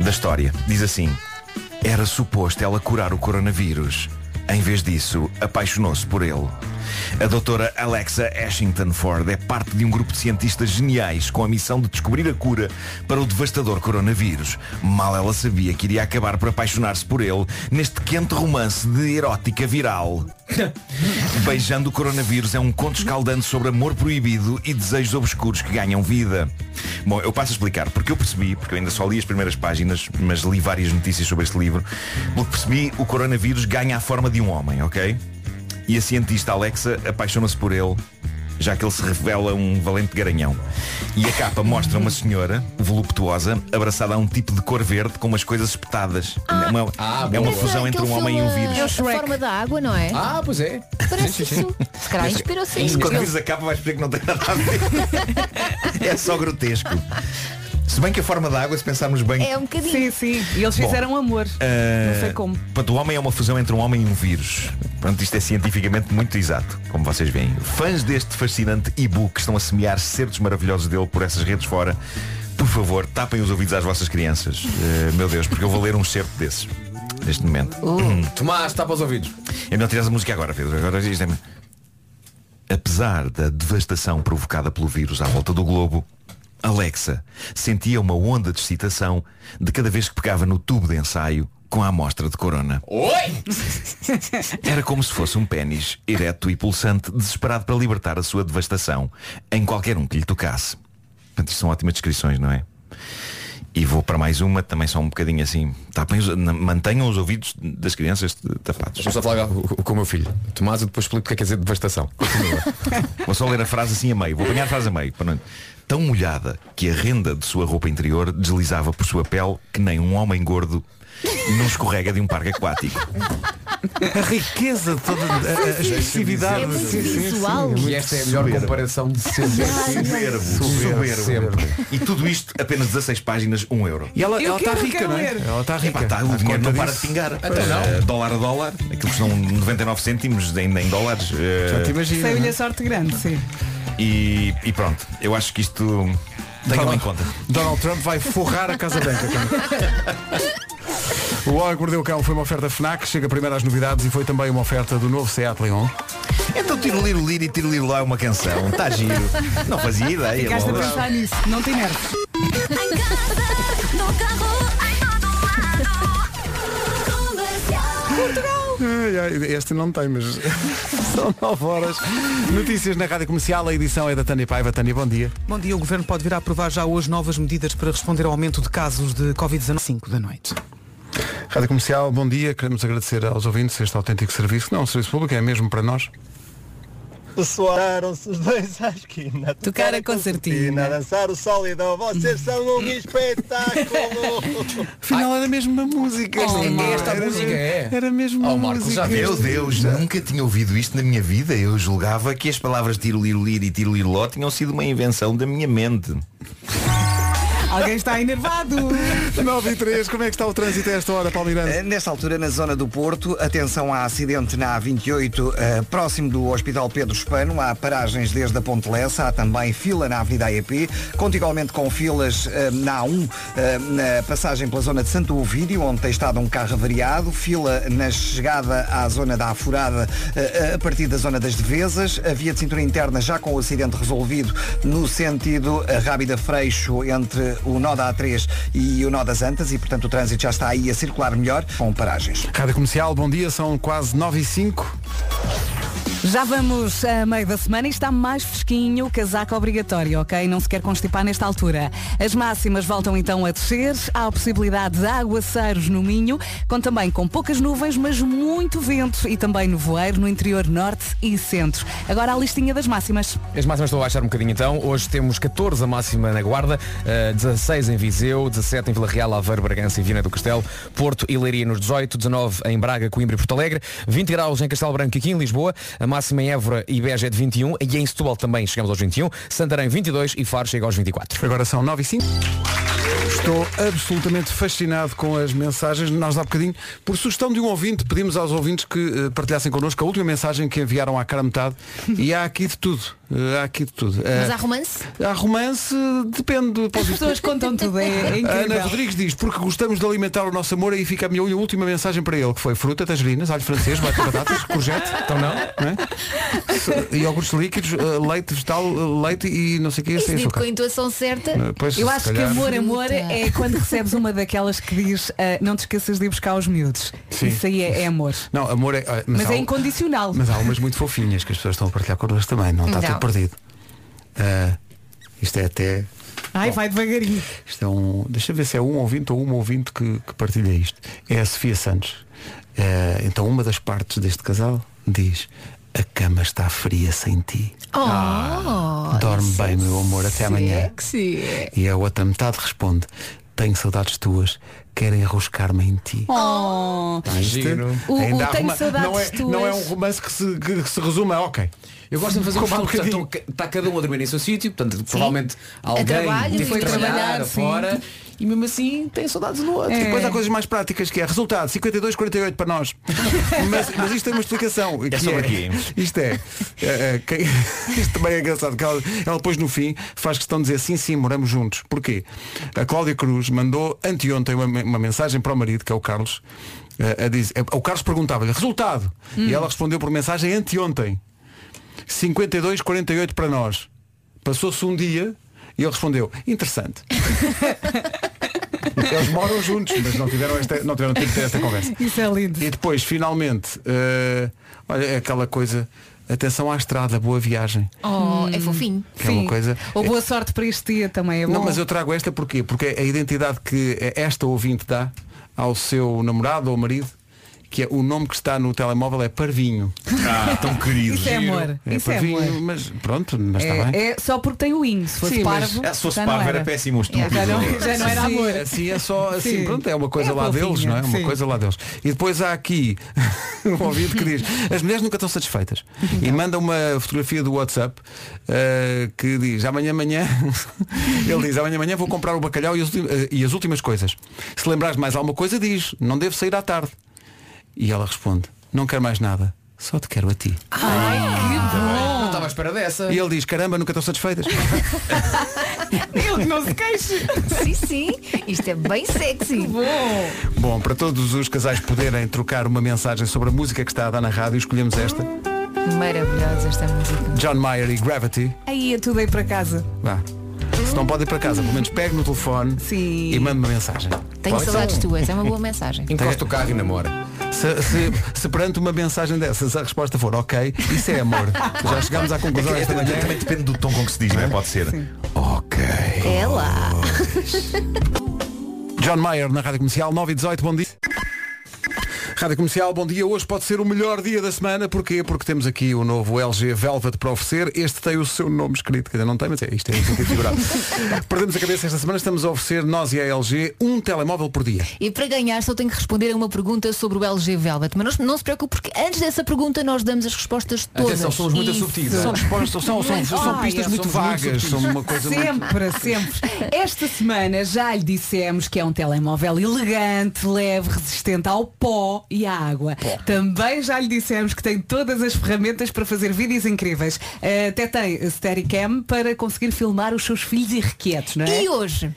da história. Diz assim, era suposto ela curar o coronavírus. Em vez disso, apaixonou-se por ele. A doutora Alexa Ashington Ford é parte de um grupo de cientistas geniais com a missão de descobrir a cura para o devastador coronavírus. Mal ela sabia que iria acabar por apaixonar-se por ele neste quente romance de erótica viral. Beijando o coronavírus é um conto escaldante sobre amor proibido e desejos obscuros que ganham vida. Bom, eu passo a explicar, porque eu percebi, porque eu ainda só li as primeiras páginas, mas li várias notícias sobre este livro, pelo que percebi, o coronavírus ganha a forma de um homem, ok? E a cientista Alexa apaixona-se por ele, já que ele se revela um valente garanhão. E a capa mostra uma senhora, voluptuosa, abraçada a um tipo de cor verde com umas coisas espetadas.
Ah,
é uma, é uma fusão entre um homem e um vírus.
É a forma da água, não é?
Ah, pois é.
[laughs]
Parece sim. Se calhar inspirou-se.
Se quando vires a capa vais perceber que não tem nada a ver.
[laughs]
é só grotesco. Se bem que a forma da água, se pensarmos bem,
É um bocadinho. Sim, sim. E eles
Bom,
fizeram amor.
eh,
Não sei como.
Portanto, o homem é uma fusão entre um homem e um vírus. Portanto, isto é cientificamente muito exato, como vocês veem. Fãs deste fascinante e-book estão a semear certos maravilhosos dele por essas redes fora. Por favor, tapem os ouvidos às vossas crianças. Eh, meu Deus, porque eu vou ler um certo desses. Neste momento.
Uh.
Hum.
Tomás, tapa os ouvidos.
É melhor tirar a música agora, Pedro. Agora isto é- Apesar da devastação provocada pelo vírus à volta do globo, Alexa sentia uma onda de excitação de cada vez que pegava no tubo de ensaio com a amostra de corona.
Oi!
[laughs]
Era como se fosse um pênis, ereto e pulsante, desesperado para libertar a sua devastação em qualquer um que lhe tocasse. Portanto, isto são ótimas descrições, não é? E vou para mais uma, também só um bocadinho assim. Tapem os- na- mantenham os ouvidos das crianças tapados.
Vamos só falar com- com o meu filho. Tomás, eu depois explico o que é que quer dizer devastação.
[laughs] Vou só ler a frase assim a meio. Vou apanhar a frase a meio. Pronto. Tão molhada que a renda de sua roupa interior deslizava por sua pele que nem um homem gordo não escorrega de um parque aquático.
A riqueza de toda a, É, a expressividade.
E esta é a melhor comparação de sempre.
Soberbo, soberbo. E tudo isto apenas 16 páginas, 1 euro.
E ela- Eu ela quero, tá rica, quero não é? ler. Ela tá rica.
Epá, tá, o
À
dinheiro
conta
não para de
disso.
pingar.
Então
Eh,
não.
dólar a dólar, aquilo um que são 99 cêntimos em, em dólares. eh,
né?
Saiu-lhe a sorte grande, sim.
e, e pronto, eu acho que isto tenham em conta.
Donald Trump vai forrar a Casa Branca. cara. O Homem que Mordeu o Cão foi uma oferta FNAC, chega primeiro às novidades e foi também uma oferta do novo Seat Leon.
Então tiro liro liro e tiro liro lá é uma canção. Está giro. Não
[laughs]
fazia ideia.
Ficaste a
Laura.
pensar nisso. Não tem nervos.
Ai, ai, Este não tem, mas são 9 horas. Notícias na Rádio Comercial, a edição é da Tânia Paiva. Tânia, bom dia.
Bom dia, o Governo pode vir a aprovar já hoje novas medidas para responder ao aumento de casos de Covid-19 5 da noite.
Rádio Comercial, bom dia. Queremos agradecer aos ouvintes este autêntico serviço. que Não, é um serviço público, é mesmo para nós.
Soaram-se os dois à esquina
Tocar a concertina
Dançar o solidão Vocês são um
[laughs]
espetáculo
Afinal era mesmo uma música.
Esta-
Oh,
esta a
era-
música é.
Era mesmo uma música.
Meu Deus, nunca tinha ouvido isto na minha vida. Eu julgava que as palavras tiro liro liro e tiro liro ló tinham sido uma invenção da minha mente.
Alguém está enervado.
9 e 3, como é que está o trânsito a esta hora, Paulo Miranda?
Eh, Nesta altura, na zona do Porto, atenção a acidente na A28, eh, próximo do Hospital Pedro Espano. Há paragens desde a Ponte Lessa, há também fila na Avenida AEP, contiguamente com filas eh, na A1, eh, na passagem pela zona de Santo Ovídio, onde tem estado um carro avariado, fila na chegada à zona da Afurada, eh, a partir da zona das Devesas, a via de cintura interna já com o acidente resolvido no sentido eh, Rábida Freixo entre o nó da A3 e o nó das Antas e, portanto, o trânsito já está aí a circular melhor com paragens.
Rádio Comercial, bom dia, são quase 9 e 5.
Já vamos a meio da semana e está mais fresquinho o casaco obrigatório, ok? Não se quer constipar nesta altura. As máximas voltam então a descer. Há a possibilidade de aguaceiros no Minho, com também com poucas nuvens, mas muito vento e também nevoeiro no interior norte e centro. Agora a listinha das máximas.
As máximas estão a baixar um bocadinho então. Hoje temos 14 a máxima na Guarda, eh, 16 em Viseu, 17 em Vila Real, Aveiro, Bragança e Viana do Castelo, Porto e Leiria nos 18, 19 em Braga, Coimbra e Porto Alegre, 20 graus em Castelo Branco e aqui em Lisboa, a máxima em Évora e Beja é de 21 e em Setúbal também chegamos aos 21, Santarém 22 e Faro chega aos 24.
Agora são 9 e 5. Estou absolutamente fascinado com as mensagens. Nós há bocadinho, por sugestão de um ouvinte, pedimos aos ouvintes que eh, partilhassem connosco a última mensagem que enviaram à cara metade e há aqui de tudo. Eh, há aqui de tudo.
Mas
Eh,
há romance?
Há romance, depende do
As pessoas contam tudo, é, é incrível.
Ana Rodrigues diz, porque gostamos de alimentar o nosso amor, aí fica a minha última mensagem para ele, que foi fruta, tangerinas, alho francês, batata batatas, courgette, [laughs] então não, não é? iogurtes líquidos, eh, leite vegetal, eh, leite e não sei o que,
Isso
sem
dito
açúcar.
com a intuação certa.
Eh, pois,
Eu
se
acho que
calhar-
amor, amor é quando recebes uma daquelas que diz ah, não te esqueças de ir buscar os miúdos.
Sim.
Isso aí é, é amor.
Não, amor é... ah,
Mas,
há
é
um-
incondicional.
Mas há umas muito fofinhas que as pessoas estão a partilhar com nós também, não está
Não.
tudo perdido. Ah, isto é até.
Ai, vai devagarinho.
Isto é um. Deixa eu ver se é um ouvinte ou uma ouvinte que, que partilha isto. É a Sofia Santos. Ah, então uma das partes deste casal diz, a cama está fria sem ti.
Oh,
Ah,
Dorme bem, meu amor, até amanhã.
Sexy.
E a outra metade responde, tenho saudades tuas, quero enroscar-me em ti.
Oh.
Ah, isto
O, o
ainda há
tenho
roma-
saudades
não, é,
tuas.
não é um romance que se, que se resume a ok.
Eu gosto de fazer
Com
uma
um
questão,
bocadinho.
portanto, está cada um a dormir em seu sítio, portanto, provavelmente alguém
trabalho,
teve
e
que trabalhar
trabalhar, sim. É.
fora e mesmo assim tem saudades do outro.
E Tipo, Depois há coisas mais práticas que é resultado 52-48 para nós. mas, mas isto tem uma explicação. que
sobre quê?
Isto é. é, é, quem- [laughs] isto também é engraçado. Que ela, ela depois no fim faz questão de dizer sim, sim, moramos juntos. Porquê? A Cláudia Cruz mandou anteontem uma, me- uma mensagem para o marido, que é o Carlos. A, a dizer- o Carlos perguntava-lhe resultado. E ela respondeu por mensagem anteontem. 52-48 para nós. Passou-se um dia e ele respondeu, interessante. Eles moram juntos, mas não tiveram, esta, não tiveram tempo de ter esta
[laughs]
conversa.
[laughs] Isso é lindo.
E depois, finalmente, eh, olha, é aquela coisa, atenção à estrada, boa viagem.
Oh, é fofinho.
Que é uma coisa-
Ou boa sorte para este dia também é bom.
Não, mas eu trago esta porquê? Porque é a identidade que é esta ouvinte dá ao seu namorado ou marido, que é o nome que está no telemóvel é Parvinho.
Ah, tão querido.
Isso é amor.
É
Isso é
Parvinho,
amor.
mas pronto, mas está bem.
É, é só porque tem o in. Se fosse
Sim, mas-
parvo.
É, se fosse
já não
parvo era péssimo, estúpido.
É, Já não, já não era
Assim-
amor.
Assim é só, assim,
Sim.
pronto, é uma
É
coisa lá
fofinho,
deles, não é? Uma
sim.
coisa lá deles. E depois há aqui [laughs] um ouvido que diz, as mulheres nunca estão satisfeitas. E
Então.
manda uma fotografia do WhatsApp eh, que diz, amanhã, amanhã, [laughs] ele diz, amanhã, amanhã vou comprar o bacalhau e, os ulti- eh, e as últimas coisas. Se lembrares de mais alguma coisa, diz, não devo sair à tarde. E ela responde, não quero mais nada, só te quero a ti.
Ai, que bom. Ah, Não estava à espera dessa.
E ele diz, caramba, nunca estão
[laughs]
satisfeitas.
Ele que não se queixe. sim, sim. Isto é bem sexy.
bom.
Bom, para todos os casais poderem trocar uma mensagem sobre a música que está a dar na rádio, escolhemos esta.
Maravilhosa esta música.
John Mayer e Gravity.
Aí eu tudo aí para casa.
Vá. Se não pode ir para casa, pelo menos pegue no telefone e mande uma mensagem.
Tenho
Pode?
saudades tuas, é uma boa mensagem.
Encosta o carro e namora. Se, se, se perante uma mensagem dessas a resposta for ok, isso é
[laughs]
amor. Já chegámos à conclusão
É que-
esta manhã.
Também depende do tom com que se diz, não é? Pode ser.
É
[laughs]
lá.
John Mayer na Rádio Comercial 9 e 18, bom dia. Rádio Comercial, bom dia. Hoje pode ser o melhor dia da semana. Porquê? Porque temos aqui o novo LG Velvet para oferecer. Este tem o seu nome escrito, que ainda não tem, mas é isto é sentido [laughs] figurado. Perdemos a cabeça esta semana, estamos a oferecer nós e a LG um telemóvel por dia.
E para ganhar só tenho que responder a uma pergunta sobre o LG Velvet. Mas não, não se preocupe porque antes dessa pergunta nós damos as respostas todas.
Atenção, somos muito
Isso.
subtis.
São é? respostas- são- são- são pistas muito vagas, são uma coisa muito-
Sempre, sempre. Esta semana já lhe dissemos que é um telemóvel elegante, leve, resistente ao pó e à água. Também já lhe dissemos que tem todas as ferramentas para fazer vídeos incríveis. Eh, Até tem Steadicam para conseguir filmar os seus filhos irrequietos, não é?
E hoje?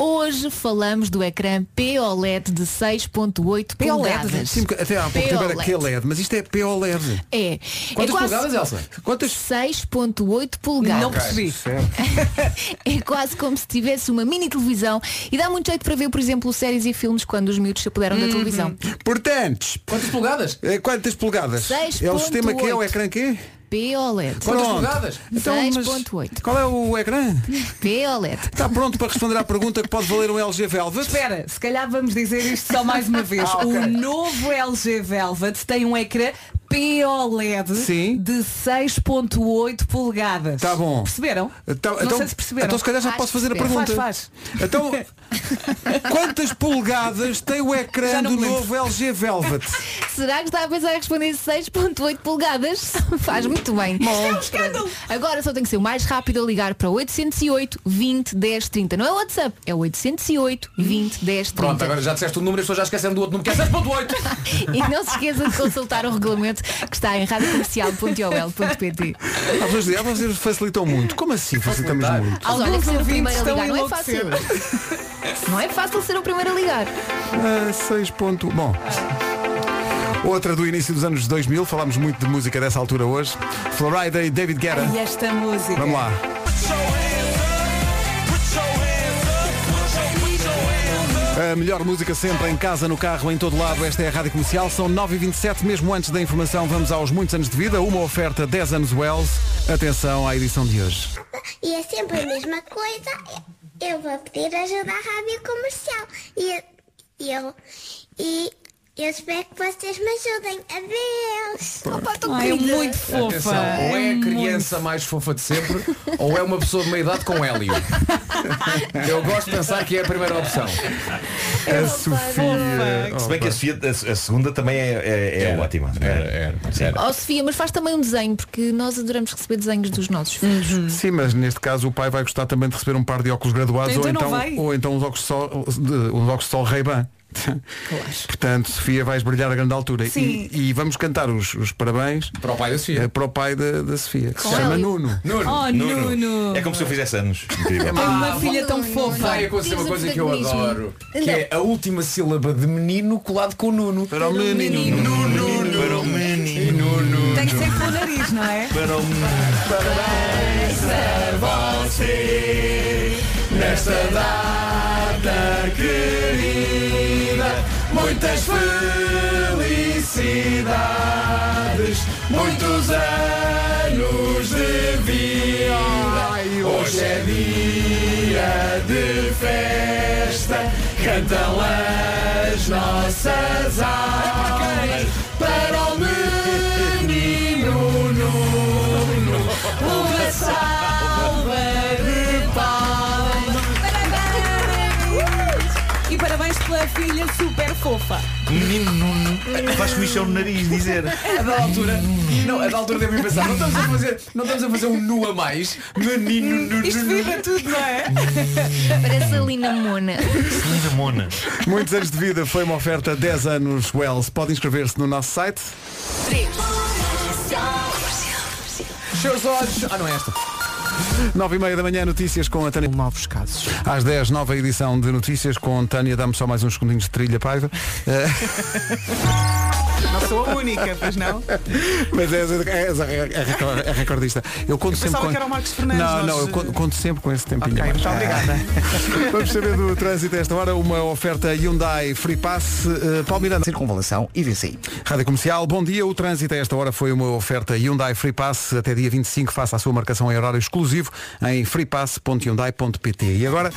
Hoje falamos do ecrã POLED de 6.8 polegadas.
Sim, porque até há pouco tempo era
POLED.
QLED, mas isto é POLED.
É.
Quantas
é quase...
polegadas, Elsa? Quantas?
6.8 polegadas.
Ok, certo.
É quase como se tivesse uma mini televisão e dá muito jeito para ver, por exemplo, séries e filmes quando os miúdos se apoderam
Uhum.
da televisão.
Portanto, quantas polegadas? Quantas polegadas? É o sistema que é o
6.8.
ecrã que é?
POLED.
Quantas Pronto. polegadas? Então, mas
6.8.
Qual é o ecrã?
POLED.
Está pronto para responder à pergunta que pode valer um LG Velvet?
Espera, se calhar vamos dizer isto só mais uma vez.
[laughs] Ah, ok.
O novo LG Velvet tem um ecrã POLED de 6.8 polegadas. Tá
bom.
Perceberam?
Então,
Não
então-
sei se perceberam.
Então se calhar já
Faz
posso fazer a
perceber.
pergunta.
Faz, faz. [laughs]
Então, quantas polegadas tem o ecrã
Já não
do
me lembro.
novo LG Velvet?
Será que está a pensar em responder 6.8 polegadas? Faz muito bem. É um Agora só tem que ser o mais rápido a ligar para 808 20 10 30. Não é o WhatsApp, é o 808 20 10 30.
um Pronto, agora já disseste o número, as pessoas já esquecem do outro número, que é 6.8.
E não se esqueça de consultar o regulamento concerto que está em radiocomercial.ol.pt.
Há pessoas que dizem, "Ah, vocês facilitam muito. Como assim facilitamos muito?
Alguém que ser o primeiro a
estão
ligar não é fácil. Não é fácil ser o primeiro a ligar.
Ah, 6 ponto... Bom. Outra do início dos anos 2000, falámos muito de música dessa altura hoje. Florida e David Guerra.
E esta música.
Vamos lá. A melhor música sempre, em casa, no carro, em todo lado. Esta é a Rádio Comercial. São 9h27, mesmo antes da informação, vamos aos muitos anos de vida. Uma oferta 10 anos Wells. Atenção à edição de hoje.
E é sempre a mesma coisa. Eu vou pedir ajuda à rádio comercial. E eu- e eu. E eu espero que vocês me ajudem. Adeus!
Ai, é muito fofa.
Atenção, ou é a criança mais fofa de sempre, ou é uma pessoa de meia idade com hélio. Eu gosto de pensar que é a primeira opção.
A Sofia.
Se bem que a, Sofia, a- a segunda também é, é- é ótima. Oh, Era,
Ó Sofia, mas faz também um desenho, porque nós adoramos receber desenhos dos nossos filhos.
Sim, mas neste caso o pai vai gostar também de receber um par de óculos graduados
Então
ou,
não
então,
vai.
ou então uns óculos sol, de, uns óculos sol Ray-Ban. Portanto, Sofia, vais brilhar a grande altura. E-
Sim.
E, vamos cantar os, os parabéns para o pai da Sofia. Para o pai da, da Sofia, que se
Com
chama
ele.
Nuno.
Nuno. Oh, Nuno. Nuno.
É como se eu fizesse anos.
Tem uma filha tão fofa.
Vai acontecer uma coisa que eu adoro, que
Não.
é a última sílaba de menino colado com Nuno. Para o menino. Nuno. Para o menino.
Tem que ser pelo nariz, não é?
Para o
você nesta data querida. Muitas felicidades, muitos anos de vida. Hoje é dia de festa, cantam as nossas almas para o menino Nuno. Uma salva de palmas.
E parabéns pela filha super fofa.
Menino Nuno. Faz comichão no nariz dizer.
A da altura, não, a da altura devo pensar, não estamos a fazer, não estamos a fazer um nu a mais. Menino Nuno.
Isto vibra
Hum, tudo, não é?
Parece a Lina Mona.
Linda mona.
Muitos anos de vida foi uma oferta 10 anos Wells. Pode inscrever-se no nosso site.
Seus olhos. Ah, não é esta.
9 e meia da manhã, notícias com a Tânia.
Novos casos.
Às 10, nova edição de notícias com Tânia. Dá-me só mais uns segundinhos de trilha paiva. Eh,
Não sou a única, pois não?
Mas és, és a, a- a recor- a é recordista. Eu conto
Eu
sempre
pensava
com...
que era o Marcos Fernandes,
Não, não,
nós-
eu conto, conto sempre com esse tempinho.
Ok,
a mais.
muito obrigada.
Vamos saber do trânsito a esta hora. Uma oferta Hyundai Free Pass uh, Palmeiranda.
Circunvalação e VCI.
[laughs] Rádio Comercial, bom dia. O trânsito a esta hora foi uma oferta Hyundai Free Pass até dia 25. Faça a sua marcação em horário exclusivo em freepass.hyundai.pt. E agora,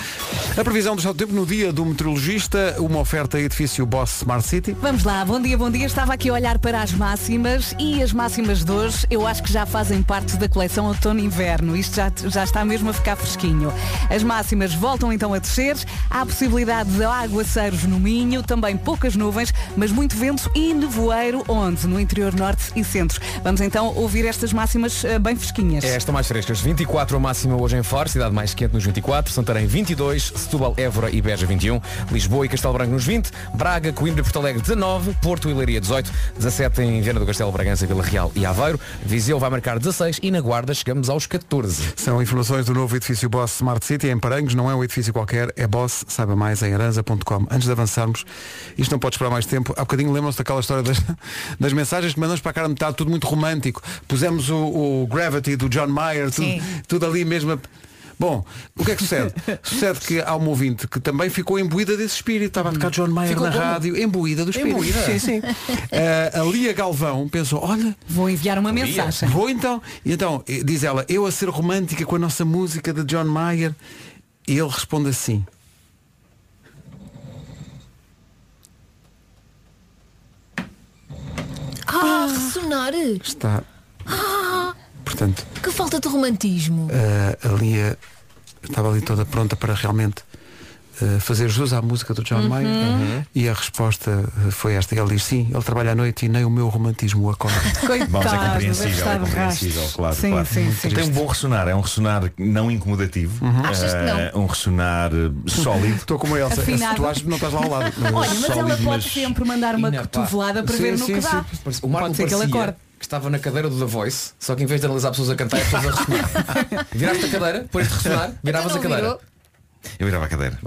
a previsão do estado do tempo no dia do meteorologista, uma oferta edifício Boss Smart City.
Vamos lá, bom dia, bom dia. Estava aqui a olhar para as máximas e as máximas de hoje eu acho que já fazem parte da coleção outono-inverno. Isto já, já está mesmo a ficar fresquinho. As máximas voltam então a descer. Há possibilidade de aguaceiros no Minho, também poucas nuvens, mas muito vento e nevoeiro onde? No interior norte e centro. Vamos então ouvir estas máximas eh, bem fresquinhas.
É esta mais frescas. 24 a máxima hoje em Faro, cidade mais quente nos 24, Santarém 22, Setúbal, Évora e Beja 21, Lisboa e Castelo Branco nos 20, Braga, Coimbra e Porto Alegre 19, Porto e Leiria 18, 17 em Viana do Castelo, Bragança, Vila Real e Aveiro, Viseu vai marcar 16 e na Guarda chegamos aos 14.
São informações do novo edifício Boss Smart City em Paranhos. Não é um edifício qualquer, é Boss. Saiba mais em aranza.com. Antes de avançarmos, isto não pode esperar mais tempo. Há bocadinho lembram-se daquela história das, [laughs] das mensagens que mandamos para a cara de metade, tudo muito romântico. Pusemos o, o Gravity do John Mayer, tudo, tudo ali mesmo. a- Bom, o que é
[laughs]
que sucede? sucede que há um ouvinte que também ficou imbuída desse espírito. Estava a tocar John Mayer
Ficou
na
como?
rádio, imbuída do espírito.
Imbuída?
Sim, [laughs] sim. Eh, a Lia Galvão pensou, olha,
vou enviar uma mensagem.
Vou então. E Então, eh, diz ela, eu a ser romântica com a nossa música de John Mayer. E ele responde assim.
Ah, ressonar!
Está,
Ah,
tá, portanto,
que
Tá
falta de romantismo.
eh, a Lia estava ali toda pronta para realmente eh, fazer jus à música do John
Uhum.
Mayer?
Uhum.
E a resposta eh, foi esta. Ele diz sim, ele trabalha à noite e nem o meu romantismo o acorda.
Coitado,
Vamos, é
deve
compreensível,
estar
é
de
compreensível,
rastros.
claro,
Sim,
claro.
sim, sim.
Tem um bom ressonar, é um ressonar não incomodativo,
Achas que
eh, um ressonar eh, sólido.
Estou como é,
Afinado. [laughs]
é?
Olha, mas ela pode sempre mandar uma
Ina, pá.
cotovelada para ver no que dá.
Parece- O Marco
Pode ser que ele
parecia
acorde.
que estava na cadeira do The Voice, só que em vez de analisar pessoas a cantar, é pessoas
[laughs]
a ressonar. Viraste a cadeira, pões-te a ressonar, viravas a
Então não
cadeira.
virou?
[laughs] Eu virava a cadeira.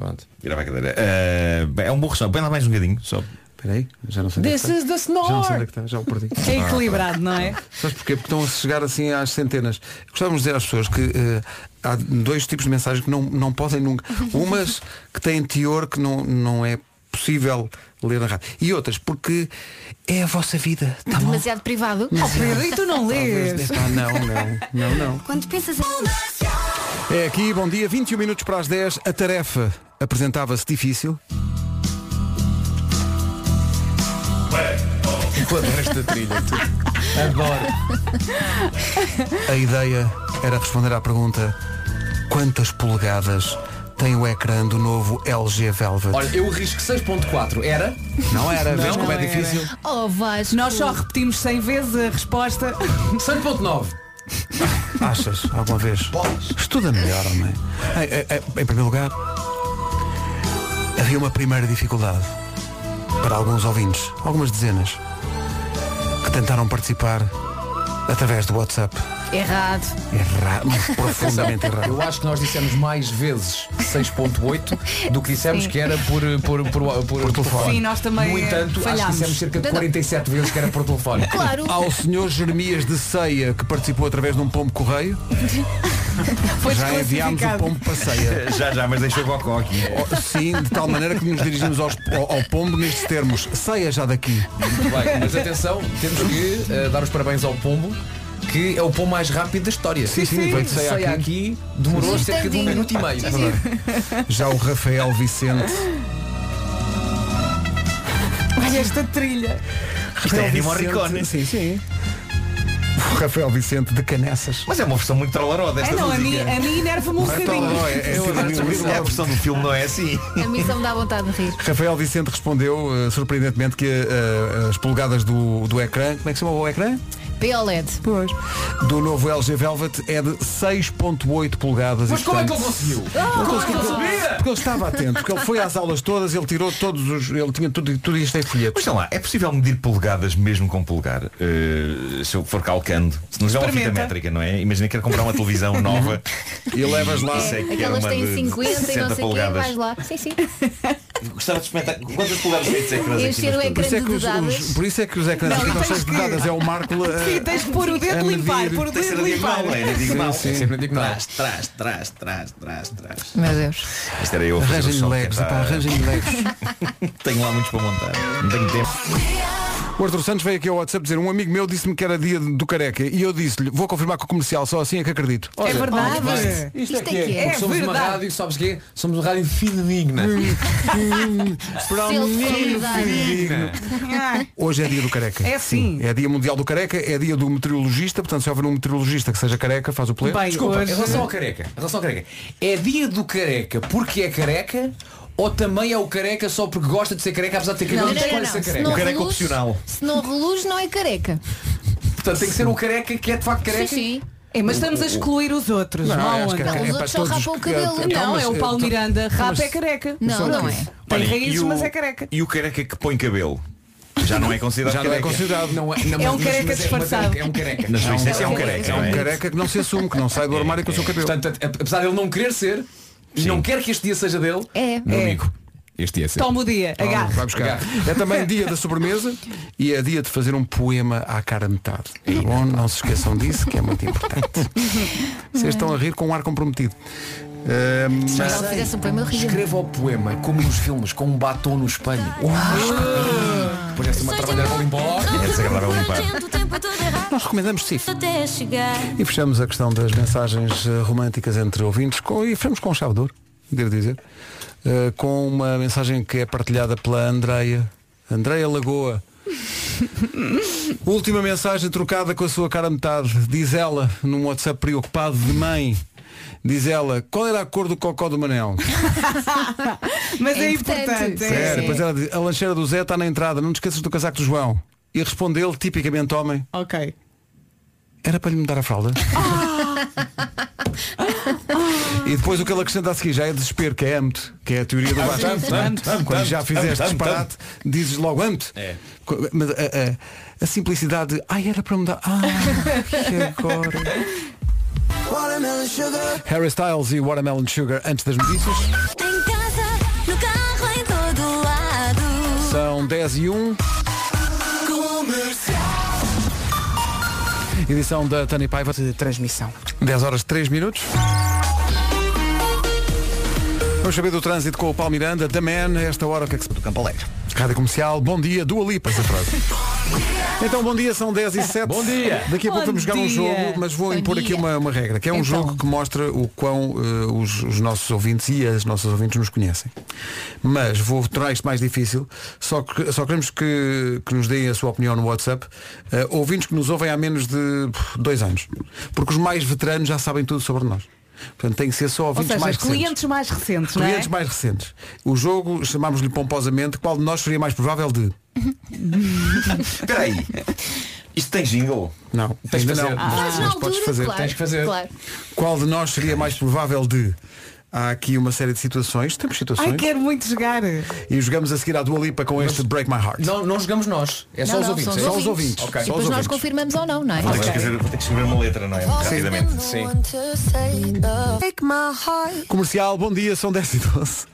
Virava a cadeira. Eh, bem, é um bom ressonar. Põe lá mais um bocadinho. Só.
Peraí, já não sei. onde é que
This
está.
is the
Já não sei onde é
snore.
que está, já o perdi.
É equilibrado, não é?
Sabes porquê? Porque estão a chegar assim às centenas. Gostávamos de dizer às pessoas que eh, há dois tipos de mensagens que não, não podem nunca. Umas que têm teor que não, não é possível ler na rádio. E outras porque é a vossa vida. Tá bom?
Demasiado privado.
Mas- Talvez dê- Ah, não, não, não, não.
Quando pensas em.
É aqui, bom dia, 21 minutos para as 10. A tarefa apresentava-se difícil.
Eu adoro esta trilha. tu.
Adoro.
A ideia era responder à pergunta quantas polegadas tem o ecrã do novo LG Velvet?
Olha, eu risco 6.4. Era?
Não era, vês como é
era.
difícil?
Oh, Vasco.
Nós só repetimos 100 vezes a resposta.
6.9.
Achas alguma vez? Estuda melhor, homem. Em, em- em primeiro lugar, havia uma primeira dificuldade para alguns ouvintes, algumas dezenas, que tentaram participar através do WhatsApp.
Errado.
Errado, profundamente errado.
Eu acho que nós dissemos mais vezes 6.8 do que dissemos que era por, por, por, por, por telefone.
Sim, nós também,
No entanto, acho que
falhámos.
dissemos cerca de
Não, não.
47 vezes que era por telefone.
Ao senhor Jeremias de Ceia, que participou através de um pombo correio, já enviámos o pombo para Ceia.
[laughs] já, já, mas deixou o cocó aqui.
Oh, Sim, de tal maneira que nos dirigimos aos- ao, ao pombo nestes termos. Ceia já daqui.
Muito bem, mas atenção, temos que eh, dar os parabéns ao Pombo, que é o pombo mais rápido da história. Sim,
sim, veio de sair
aqui.
aqui.
demorou cerca de um minuto e meio.
Já o Rafael Vicente.
Olha esta trilha.
Isto é Annie Morricone.
Sim,
sim. O Rafael Vicente de Canessas.
Mas é uma versão muito trolaró desta
É não, a mim,
música.
a mim enerva-me um
Não é
bocadinho.
trolaró, é- é tipo- é a versão do filme, não é assim?
A mim só me dá vontade de rir.
Rafael Vicente respondeu, eh, surpreendentemente, que eh, as polegadas do, do ecrã, como é que se chama o ecrã?
POLED.
Pois. Do novo LG Velvet é de 6.8 polegadas.
Mas
e,
como é que
portanto,
ele conseguiu?
Ele
Como é que
conseguiu
ele
porque-
sabia?
Porque ele estava atento, porque ele foi às aulas todas, ele tirou todos os. Ele tinha tudo, tudo isto em folheto.
Mas sei lá, é possível medir polegadas mesmo com polegar? Eh, se eu for calcando. Se nos é uma fita
Experimenta.
métrica, não é? Imagina que quero comprar uma televisão nova.
E levas lá.
sei que era
Aquelas
uma
têm
de
50 e
60
não sei o quê,
polegadas.
vais lá. Sim, sim.
Gostava de experimentar. Quantas polegadas tem esse ecrã?
Encher o ecrã
Por isso, é
de
que os,
dadas.
os- por isso é que os ecrãs
Não,
aqui
e
não
tens
são
que-
dadas, é o Marco. a-
Sim, tens que pôr o
É
dedo
a
limpar,
medir.
pôr o
Tem que ser
dedo
na diagonal,
limpar.
é na diagonal.
Sim, sim.
É sempre na diagonal. Trás, trás, trás, trás, trás, trás.
Meu Deus.
[laughs]
Isto era eu a fazer o
Arranjem-lhe
som,
legs,
que é
epá, arranjem-lhe
[laughs] Tenho lá muitos para montar. Não tenho tempo.
O Arthur Santos veio aqui ao WhatsApp dizer um amigo meu disse-me que era dia do careca e eu disse-lhe, vou confirmar com o comercial, só assim é que acredito.
Olha,
olha,
olha,
bem.
bem.
Isto é
Porque
que é. É
Somos uma
verdade.
rádio, sabes quê? Somos uma rádio fidedigna.
Para um menino fidedigno. Hoje é dia do careca.
É sim.
É dia mundial do careca, é dia do meteorologista, portanto se houver um meteorologista que seja careca, faz o play.
Desculpa, em relação ao careca, em relação ao careca, é dia do careca porque é careca ou também é o careca só porque gosta de ser careca, apesar de ter cabelo
Não,
e
não, não,
escolhe
não.
ser
Se
careca.
não reluz- Se não reluz, não é careca.
Portanto, tem que ser o careca que é de facto careca.
Sim, sim.
É, mas estamos a excluir os outros.
Não,
Vá
eu acho
onde?
que é- Não, os é para outros só todos rapam o que- cabelo. Então,
Não,
mas-
é o Paulo
então-
Miranda.
Então,
Rapa
mas-
é careca.
Não,
Só
não
que-
é.
Tem
um Olha,
raízes,
e o-
mas é careca.
E o careca que põe cabelo? Já não é considerado
Já não é
careca.
considerado. Não é- não,
É um mas- careca mas é- disfarçado.
É um careca.
Na sua
É um
essência é um
careca.
careca.
É
não
um
é?
careca que não se assume, que não sai do armário com o seu cabelo.
É, Portanto, a- apesar de ele não querer ser, e não quer que este dia seja dele,
É.
meu
É.
amigo. Este dia é seu.
Toma o dia,
[laughs]
Toma,
agarra.
vai buscar. É também dia da sobremesa e é dia de fazer um poema à cara metade. Tá bom? Não se esqueçam disso, que é muito importante. Vocês estão a rir com um ar comprometido. Ahm,
Já sei. Escreva o poema como nos filmes, com um batom no espelho. Depois é assim uma trabalhar com limbola.
É desagradável limpar.
Nós recomendamos Cif.
Até chegar.
E fechamos a questão das mensagens eh, românticas entre ouvintes com, e fechamos com um chave de ouro, devo dizer. Eh, com uma mensagem que é partilhada pela Andreia. Andreia Lagoa. Última mensagem trocada com a sua cara a metade. Diz ela, num WhatsApp preocupado de mãe. Diz ela, qual era a cor do cocó do Manel?
Mas é, assim. importante.
Sério, é. depois ela diz, a lancheira do Zé está na entrada, não te esqueças do casaco do João. E responde ele, tipicamente homem,
Ok.
era para lhe mudar
[laughs]
a fralda. E depois o que ele acrescenta a seguir já é desespero, que é ante, que é a teoria do
Ah,
baixo.
sim, ante, ante,
Quando já
ante,
fizeste
ante, ante,
disparate, dizes logo ante.
É.
Co- Mas a, a- a simplicidade, ai era para mudar. Ah, que agora.
Watermelon sugar.
Harry Styles e Watermelon Sugar antes das notícias.
Em casa, no carro, em todo lado.
São 10 e 1. Edição da Tânia Paiva. De transmissão. 10 horas 3 minutos. Vamos saber do trânsito com o Paulo Miranda, da Man, a esta hora o que é que se... Do Campaleiro. Rádio Comercial, bom dia, Dua Lipa, essa frase. Então, bom dia, são 10 e 7.
Bom dia.
Daqui a pouco
Bom
vamos jogar um
dia.
jogo, mas vou
Bom
impor aqui
dia.
uma, uma regra, que é um
Então.
jogo que mostra o quão eh, os, os nossos ouvintes e as nossas ouvintes nos conhecem. Mas vou tornar isto mais difícil, só, que, só queremos que, que nos deem a sua opinião no WhatsApp, eh, ouvintes que nos ouvem há menos de pff, dois anos. Porque os mais veteranos já sabem tudo sobre nós. Portanto, tem que ser só
Ou
ouvintes
seja,
mais recentes.
clientes mais recentes, não é?
Clientes mais recentes. O jogo, chamámos-lhe pomposamente, qual de nós seria mais provável de?
[laughs] Espera aí. Isto tem jingle?
Não.
Tens de
Ainda
fazer.
não,
Ah.
mas,
Faz na
mas podes
altura,
fazer.
claro, Tens que fazer. claro.
Qual de nós seria mais provável de? Há aqui uma série de situações. Temos situações.
Ai, quero muito jogar.
E jogamos a seguir à Dua Lipa com este Break My Heart.
Não, não jogamos nós. É só
Não,
os
não,
ouvintes.
são
é?
os ouvintes.
Ok.
E depois nós confirmamos ou não, não é?
Vou ter que escrever- Vou ter que escrever uma letra, não é? Rapidamente. Sim.
Comercial, bom dia, são 10 e 12.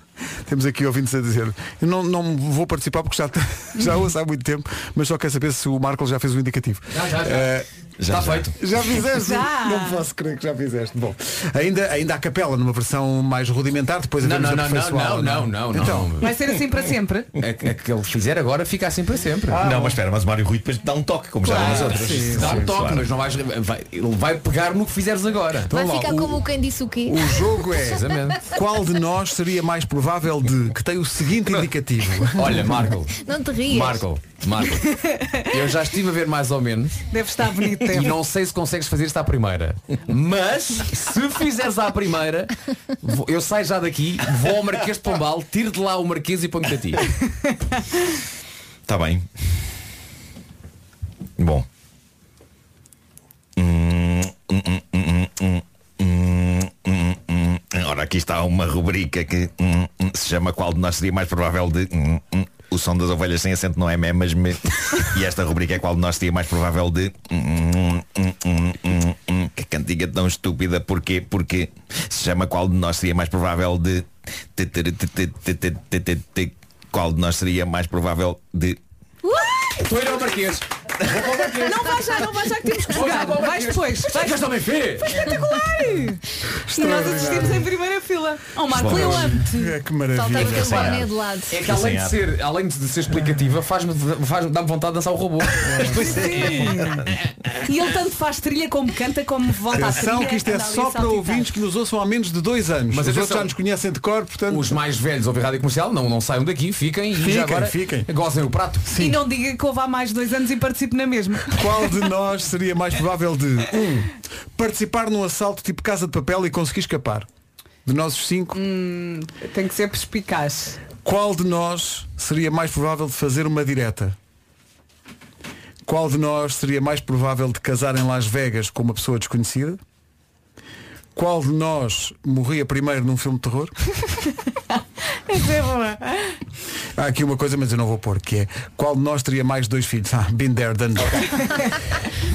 Temos aqui ouvintes a dizer, eu não, não vou participar porque já, tá- [laughs] já ouço há muito tempo, mas só quero saber se o Marco já fez o indicativo.
Já, já, já.
Eh,
Já, Tá já. feito.
Já fizeste?
Já.
Não posso crer que já fizeste. Bom, ainda, ainda há capela numa versão mais rudimentar, depois
Não, não,
havemos
não,
aperfeiçoá-la,
não,
é?
não, não, não,
Então,
não.
Vai ser assim para sempre.
É que, é que ele fizer agora fica assim para sempre.
Ah, não, mas espera, mas o Mário Rui depois dá um toque, como já dá nas outras.
sim, dá um toque, mas não vais, vai, ele vai pegar no que fizeres agora.
Então,
Vai ficar como o quem disse o quê?
Então O jogo é
[laughs]
qual de nós seria mais provável de que tem o seguinte indicativo.
Olha, Marco,
Não te rias.
Marco, Marco, eu já estive a ver mais ou menos
Deve estar bonito.
e
deve.
não sei se consegues fazer isto à primeira. Mas se fizeres à primeira, vou- eu saio já daqui, vou ao Marquês de Pombal, tiro de lá o Marquês e ponho-te a ti.
Está Tá bem. Bom. Hum, hum, hum, hum, hum, hum, hum, hum, hum. Ora, aqui está uma rubrica que hum, hum, se chama Qual de nós seria mais provável de. hum, hum. O som das ovelhas sem acento não é mé, mas me. E esta rubrica é qual de nós seria mais provável de. hum, hum, hum, hum, hum. Que cantiga tão estúpida, porquê? Porque se chama qual de nós seria mais provável de. Qual de nós seria mais provável de.
Estou a ir ao Marquês.
Não vai já, não vai já que temos que jogar. [laughs] Vais depois. Vais.
Já está bem feito.
Foi espetacular! E nós assistimos em primeira fila. Ao Marco
Bom.
Leonte.
É Que
Faltava que
Sem ar.
ele de lado.
É que além de ser, além de ser explicativa, faz-me faz dá-me vontade de dançar o robô.
[laughs] Pois é. E ele tanto faz trilha como canta, como volta à
Atenção
trilha.
que isto é
anda ali a tipo
só para
saltitar.
ouvintes que nos ouçam há menos de dois anos. Mas Os outros já nos conhecem de cor, portanto.
Os mais velhos ouvem rádio comercial, não, não saiam daqui, fiquem, e
Fiquem,
já agora
fiquem.
gozem o prato.
E não diga que houve há mais dois anos e participe na mesma.
Qual de nós seria mais provável de 1. participar num assalto tipo casa de papel e conseguir escapar? De nós os 5.
Hum, tem que ser perspicaz.
Qual de nós seria mais provável de fazer uma direta? Qual de nós seria mais provável de casar em Las Vegas com uma pessoa desconhecida? Qual de nós morria primeiro num filme de terror?
Essa é boa.
Há aqui uma coisa, mas eu não vou pôr, que é qual de nós teria mais dois filhos? Ah, been there, done that.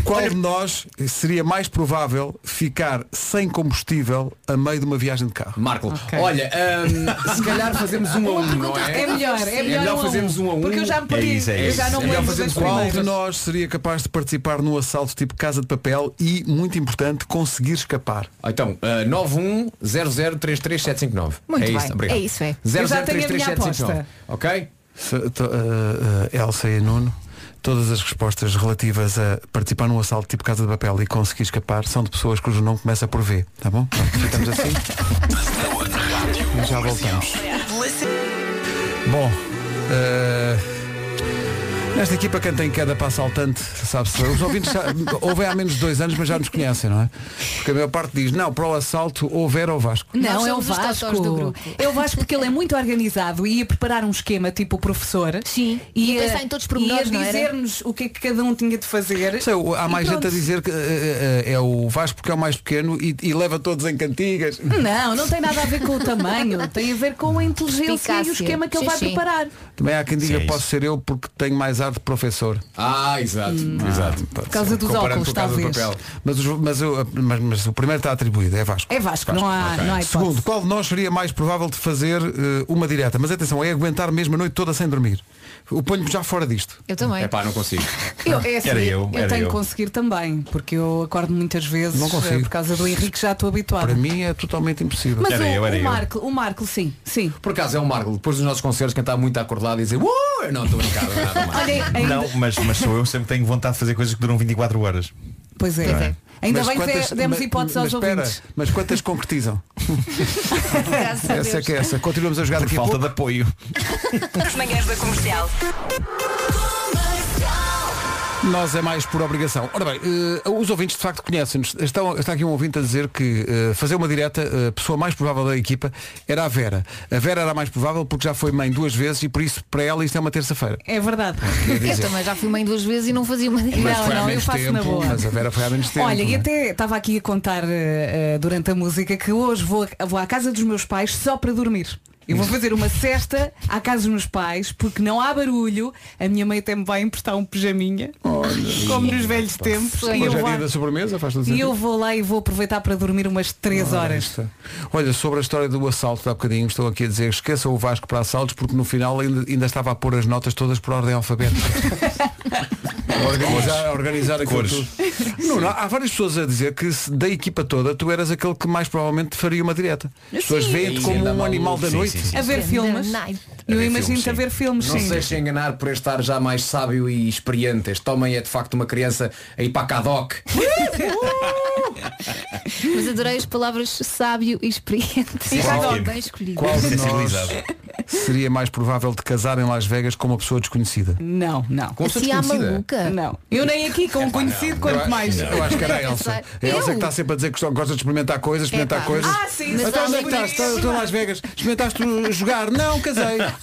Qual de nós seria mais provável ficar sem combustível a meio de uma viagem de carro?
Marco, Olha, hum, se calhar fazemos um a um, não é?
É melhor, é melhor um a um.
fazermos um a um.
Porque eu já me perdi. É isso, é Eu isso. já não
melhor
lembro
fazermos
das
um a um.
Qual de nós seria capaz de participar num assalto tipo casa de papel e, muito importante, conseguir escapar?
Então, uh, 910033759.
Muito
é
bem.
isso, obrigado.
É isso, é. Eu já tenho a minha
0033759.
aposta.
Ok?
Se- to- eh, eh, Elsa e Nuno, todas as respostas relativas a participar num assalto tipo casa de papel e conseguir escapar são de pessoas cujo nome começa por V, tá bom? Pronto,
[laughs]
Ficamos assim. E já voltamos. Bom, eh, Nesta equipa quem tem queda para assaltante, sabe-se. Os ouvintes já, [laughs] ouvem há menos de dois anos, mas já nos conhecem, não é? Porque a maior parte diz, não, para o assalto houver ou Vasco.
Não,
Nós
é o
somos os totós
Vasco.
do grupo.
É o Vasco porque ele é muito organizado e ia preparar um esquema tipo o professor. Sim.
Ia pensar em todos os pormenores, não
Ia
era?
dizer-nos o que é que cada um tinha de
[laughs]
fazer.
Sei, o- há
E
mais gente a
pronto.
dizer que eh, eh, é o Vasco porque é o mais pequeno e, e leva todos em cantigas.
Não, não tem nada a ver com o
[laughs]
tamanho, tem a ver com a inteligência e o
Perspicácia.
esquema que ele
Sim,
vai
sim.
preparar.
Também há quem diga
Sim, é
posso ser eu porque tenho mais ar de professor.
Ah, exato. exato.
Por
Hum. causa dos óculos, talvez.
Mas, os- mas eu- mas- mas o primeiro está atribuído, é Vasco.
É Vasco, não há,
Ok.
não há hipótese.
Segundo, qual de nós seria mais provável de fazer eh, uma direta? Mas atenção, é aguentar mesmo a noite toda sem dormir. O ponho-me já fora disto.
Eu também.
É pá, não consigo.
[laughs] Eu, é assim,
Era eu, era
tenho
eu.
que conseguir também, porque eu acordo muitas vezes
Não consigo.
eh, por causa do Henrique, já estou habituada.
Para mim é totalmente impossível.
Mas o, o Marco, o Marco, sim, sim.
Por acaso é o Marco, depois dos nossos concertos, quem está muito acordado e dizer "Uh, eu Não, estou brincado, nada
[laughs]
mais.
Olha, ainda-
Não, mas, mas sou eu, sempre tenho vontade de fazer coisas que duram 24 horas.
Pois é.
Pois é.
Ainda
Mas
bem
quantas-
que de- demos
mas-
hipótese aos
mas espera,
ouvintes.
Mas
[laughs]
quantas concretizam?
Graças a
essa é
Deus.
que é essa. Continuamos a jogar daqui a
Falta de
pouco.
apoio.
As manhãs da comercial.
Nós é mais por obrigação. Ora bem, eh, os ouvintes de facto conhecem-nos. Estão- Está aqui um ouvinte a dizer que eh, fazer uma direta, eh, a pessoa mais provável da equipa era a Vera. A Vera era a mais provável porque já foi mãe duas vezes e por isso para ela isto é uma terça-feira.
É verdade.
Ah, Quer dizer,
Eu também já fui mãe duas vezes e não fazia uma
mas
Não,
foi há
não, eu
menos
faço
tempo,
na boa.
Mas a Vera foi há menos tempo.
Olha, e
não é?
até estava aqui a contar eh, eh, durante a música que hoje vou, vou à casa dos meus pais só para dormir. Eu vou fazer uma cesta à casa dos meus pais porque não há barulho. A minha mãe até me vai emprestar um pijaminha, como nos velhos tempos. E eu,
Hoje é
vou,
dia da sobremesa, faz todo
e eu
sentido.
vou lá e vou aproveitar para dormir umas 3
Ora,
horas.
está. Olha, sobre a história do assalto de há bocadinho, estou aqui a dizer esqueça o Vasco para assaltos porque no final ainda, ainda estava a pôr as notas todas por
[laughs]
ordem alfabética. A organizar, a organizar aquilo
Cores.
tudo. Não, não, há várias pessoas a dizer que se- da equipa toda tu eras aquele que mais provavelmente faria uma direta. As pessoas
Sim.
veem-te
Sim,
como
anda
um
maluco.
animal da
Sim,
noite.
sim, sim,
A ver filmes. Eu imagino-te a ver filmes,
Não
sim.
se deixem enganar por estar já mais sábio e experiente. Este homem é de facto uma criança a ir para a Cadoc.
[laughs] Mas adorei as palavras sábio e experiente.
E já
Qual- é
agora?
bem escolhido.
Qual de nós seria mais provável de casar em Las Vegas com uma pessoa desconhecida?
Não, não.
Com pessoa Assim, à desconhecida? maluca?
Não. Eu nem aqui com um conhecido quanto mais.
Eu acho que era a
É
Elsa. É A Elsa que está sempre a dizer que gosta de experimentar coisas, experimentar
Epá.
coisas.
Ah, sim,
Até
sim,
onde é que
sim.
estás? Estou estou em Las Vegas. Experimentaste uh, jogar? Não, [laughs] casei. Ah,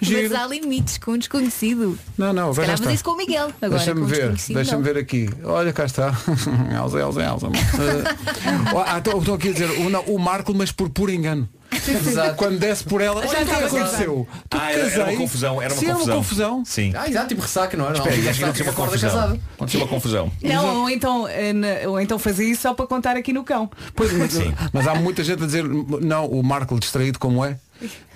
Mas
giro.
há limites com um desconhecido.
Não, não, veja
Se calhar
está.
fazer isso com o Miguel. Agora,
Deixa-me
com um
ver,
desconhecido,
deixa-me
não.
ver aqui. Olha cá está. [laughs] Elsa, Elsa, Elsa. Estou aqui a então, dizer, o, não, o Marco, mas por puro engano.
Exato.
Quando desce por ela,
Já
olha o que
estava a pensar.
aconteceu. Tu
Ah, era-
casei.
era uma confusão, era uma
Sim,
confusão.
confusão.
Sim.
Ah, exato, tipo ressaca, não é? Não,
Espera,
não,
imagina que
uma
uma
corda
confusão.
casada.
Aconteceu uma confusão.
Não, ou então, eh, na- ou então fazer isso só para contar aqui no cão.
Pois, mas, mas há muita gente a dizer, não, o Marco distraído como é.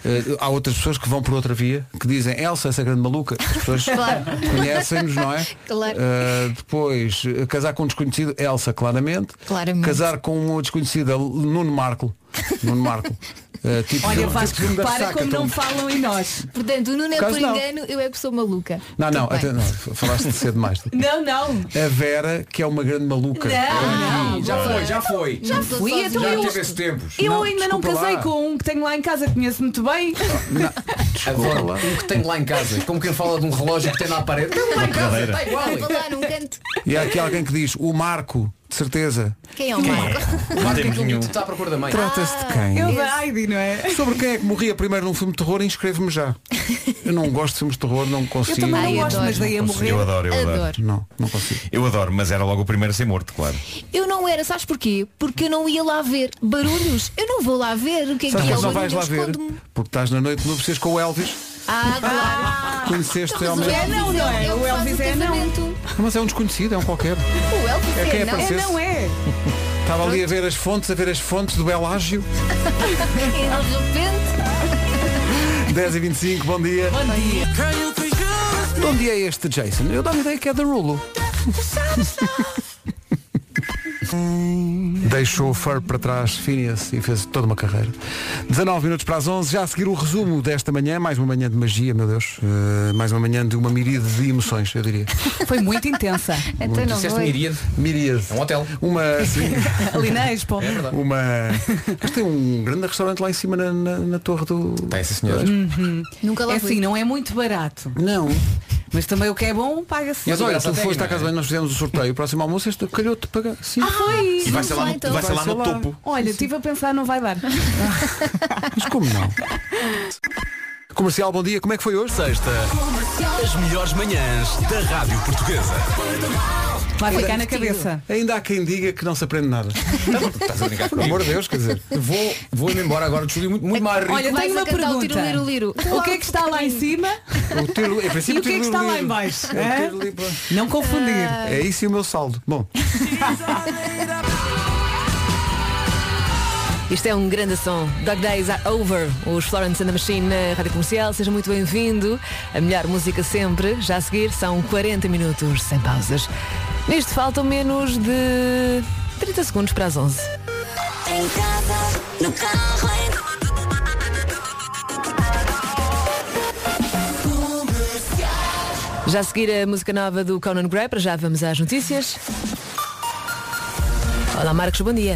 Eh, há outras pessoas que vão por outra via que dizem Elsa essa grande maluca as pessoas
Claro.
conhecem-nos não é
Claro.
Eh, depois eh, casar com um desconhecido Elsa claramente
Claramente.
casar com uma desconhecida Nuno Marco Nuno
[laughs]
Marco Eh, tipo
Olha,
filme-
Vasco,
filme da
repara
ressaca,
como
então.
não falam em nós.
Portanto, o Nuno é
Caso
por
não.
engano, eu é que sou maluca.
não não,
Tudo bem.
até- não falaste de ser demais
Não, não.
a Vera que é uma grande maluca
Não.
Já foi, já foi.
Já fui, então
Já
eu-
teve esse tempos.
Eu
Não,
ainda não
desculpa
casei
lá.
com um que tenho lá em casa, conheço muito [laughs] bem.
Adoro o que tenho lá em casa. Como quem fala de um relógio que tem na parede. Tenho lá em casa,
Verdadeira.
tá
está igual.
Ah, vou lá num canto.
e há aqui alguém que diz o Marco de certeza
Quem é o Marco?
Marca aquilo que tu está à procura da mãe.
trata-se de quem
Eu da Heidi, não é?
Sobre quem é que morria primeiro num filme de terror, inscreve-me já. Eu não gosto de filmes de terror, não consigo.
também não Ai, gosto,
adoro.
mas daí a morrer.
Eu adoro, eu adoro.
Adoro.
Não, não consigo.
Eu adoro, mas era logo o primeiro a ser morto, claro.
Eu não era, sabes porquê? Porque eu não ia lá ver barulhos. Eu não vou lá ver o que é que
Sabes
é
que
o
não vais
barulho.
lá ver?
Escondo-me.
Porque estás na noite no vocês com o Elvis,
Ah, claro.
conheceste
Mas o
realmente.
é não, não é?
que
O
faz
Elvis é não.
casamento.
Mas é um desconhecido, é um qualquer.
O Elvis
É quem
é
É,
não.
apareceu.
[laughs]
não é?
Estava ali a ver as fontes, a ver as fontes do [laughs] Belágio.
[laughs] E de repente,
10 e 25 bom dia.
Bom dia.
De onde é este Jason? Eu dou-me ideia que é da Rulo. Deixou o Fur para trás, Phineas, e fez toda uma carreira. 19 minutos para as 11, já a seguir o resumo desta manhã, mais uma manhã de magia, meu Deus. Eh, mais uma manhã de uma miríade de emoções, eu diria.
Foi muito [laughs] intensa.
então não
Disseste
vou.
miríade.
Miríade.
É um hotel.
Uma,
[laughs]
sim,
Ali na Expo.
É verdade.
uma... Mas tem um grande restaurante lá em cima na, na- na torre do...
Hum.
Tem, sim, senhora.
Nunca lá
É
fui.
assim, não é muito barato.
Não.
Mas também o que é bom paga-se.
Mas olha, tu foste à casa de banho, nós fizemos o sorteio, o próximo almoço, este calhou-te pagar. Sim.
Ah, foi
E vai ser lá no-
então.
vai ser lá no topo.
Olha, estive a pensar, não vai dar.
Mas como não?
Ah!
Comercial, bom dia, como é que foi hoje? Sexta, as melhores manhãs da Rádio Portuguesa.
Vai ficar na
Ainda-
cabeça.
Ainda há quem diga que não se aprende
[laughs]
nada. Estás a brincar Pelo amor de Deus, quer dizer.
Vou, vou me embora agora do estúdio muito, muito mais rico.
Olha,
é
tenho uma pergunta. O que é que está lá em cima?
O tiro, em princípio,
e o que é que está lá em baixo? é? Hã? Não confundir.
É isso e o meu saldo. Bom,
Isto é um grande som. Dog Days are over. Os Florence and the Machine na Rádio Comercial. Seja muito bem-vindo. A melhor música sempre. Já a seguir são 40 minutos sem pausas. Neste faltam menos de 30 segundos para as 11.
Em casa, no carro,
Já a seguir a música nova do Conan Gray. Para já vamos às notícias. Olá Marcos, bom dia.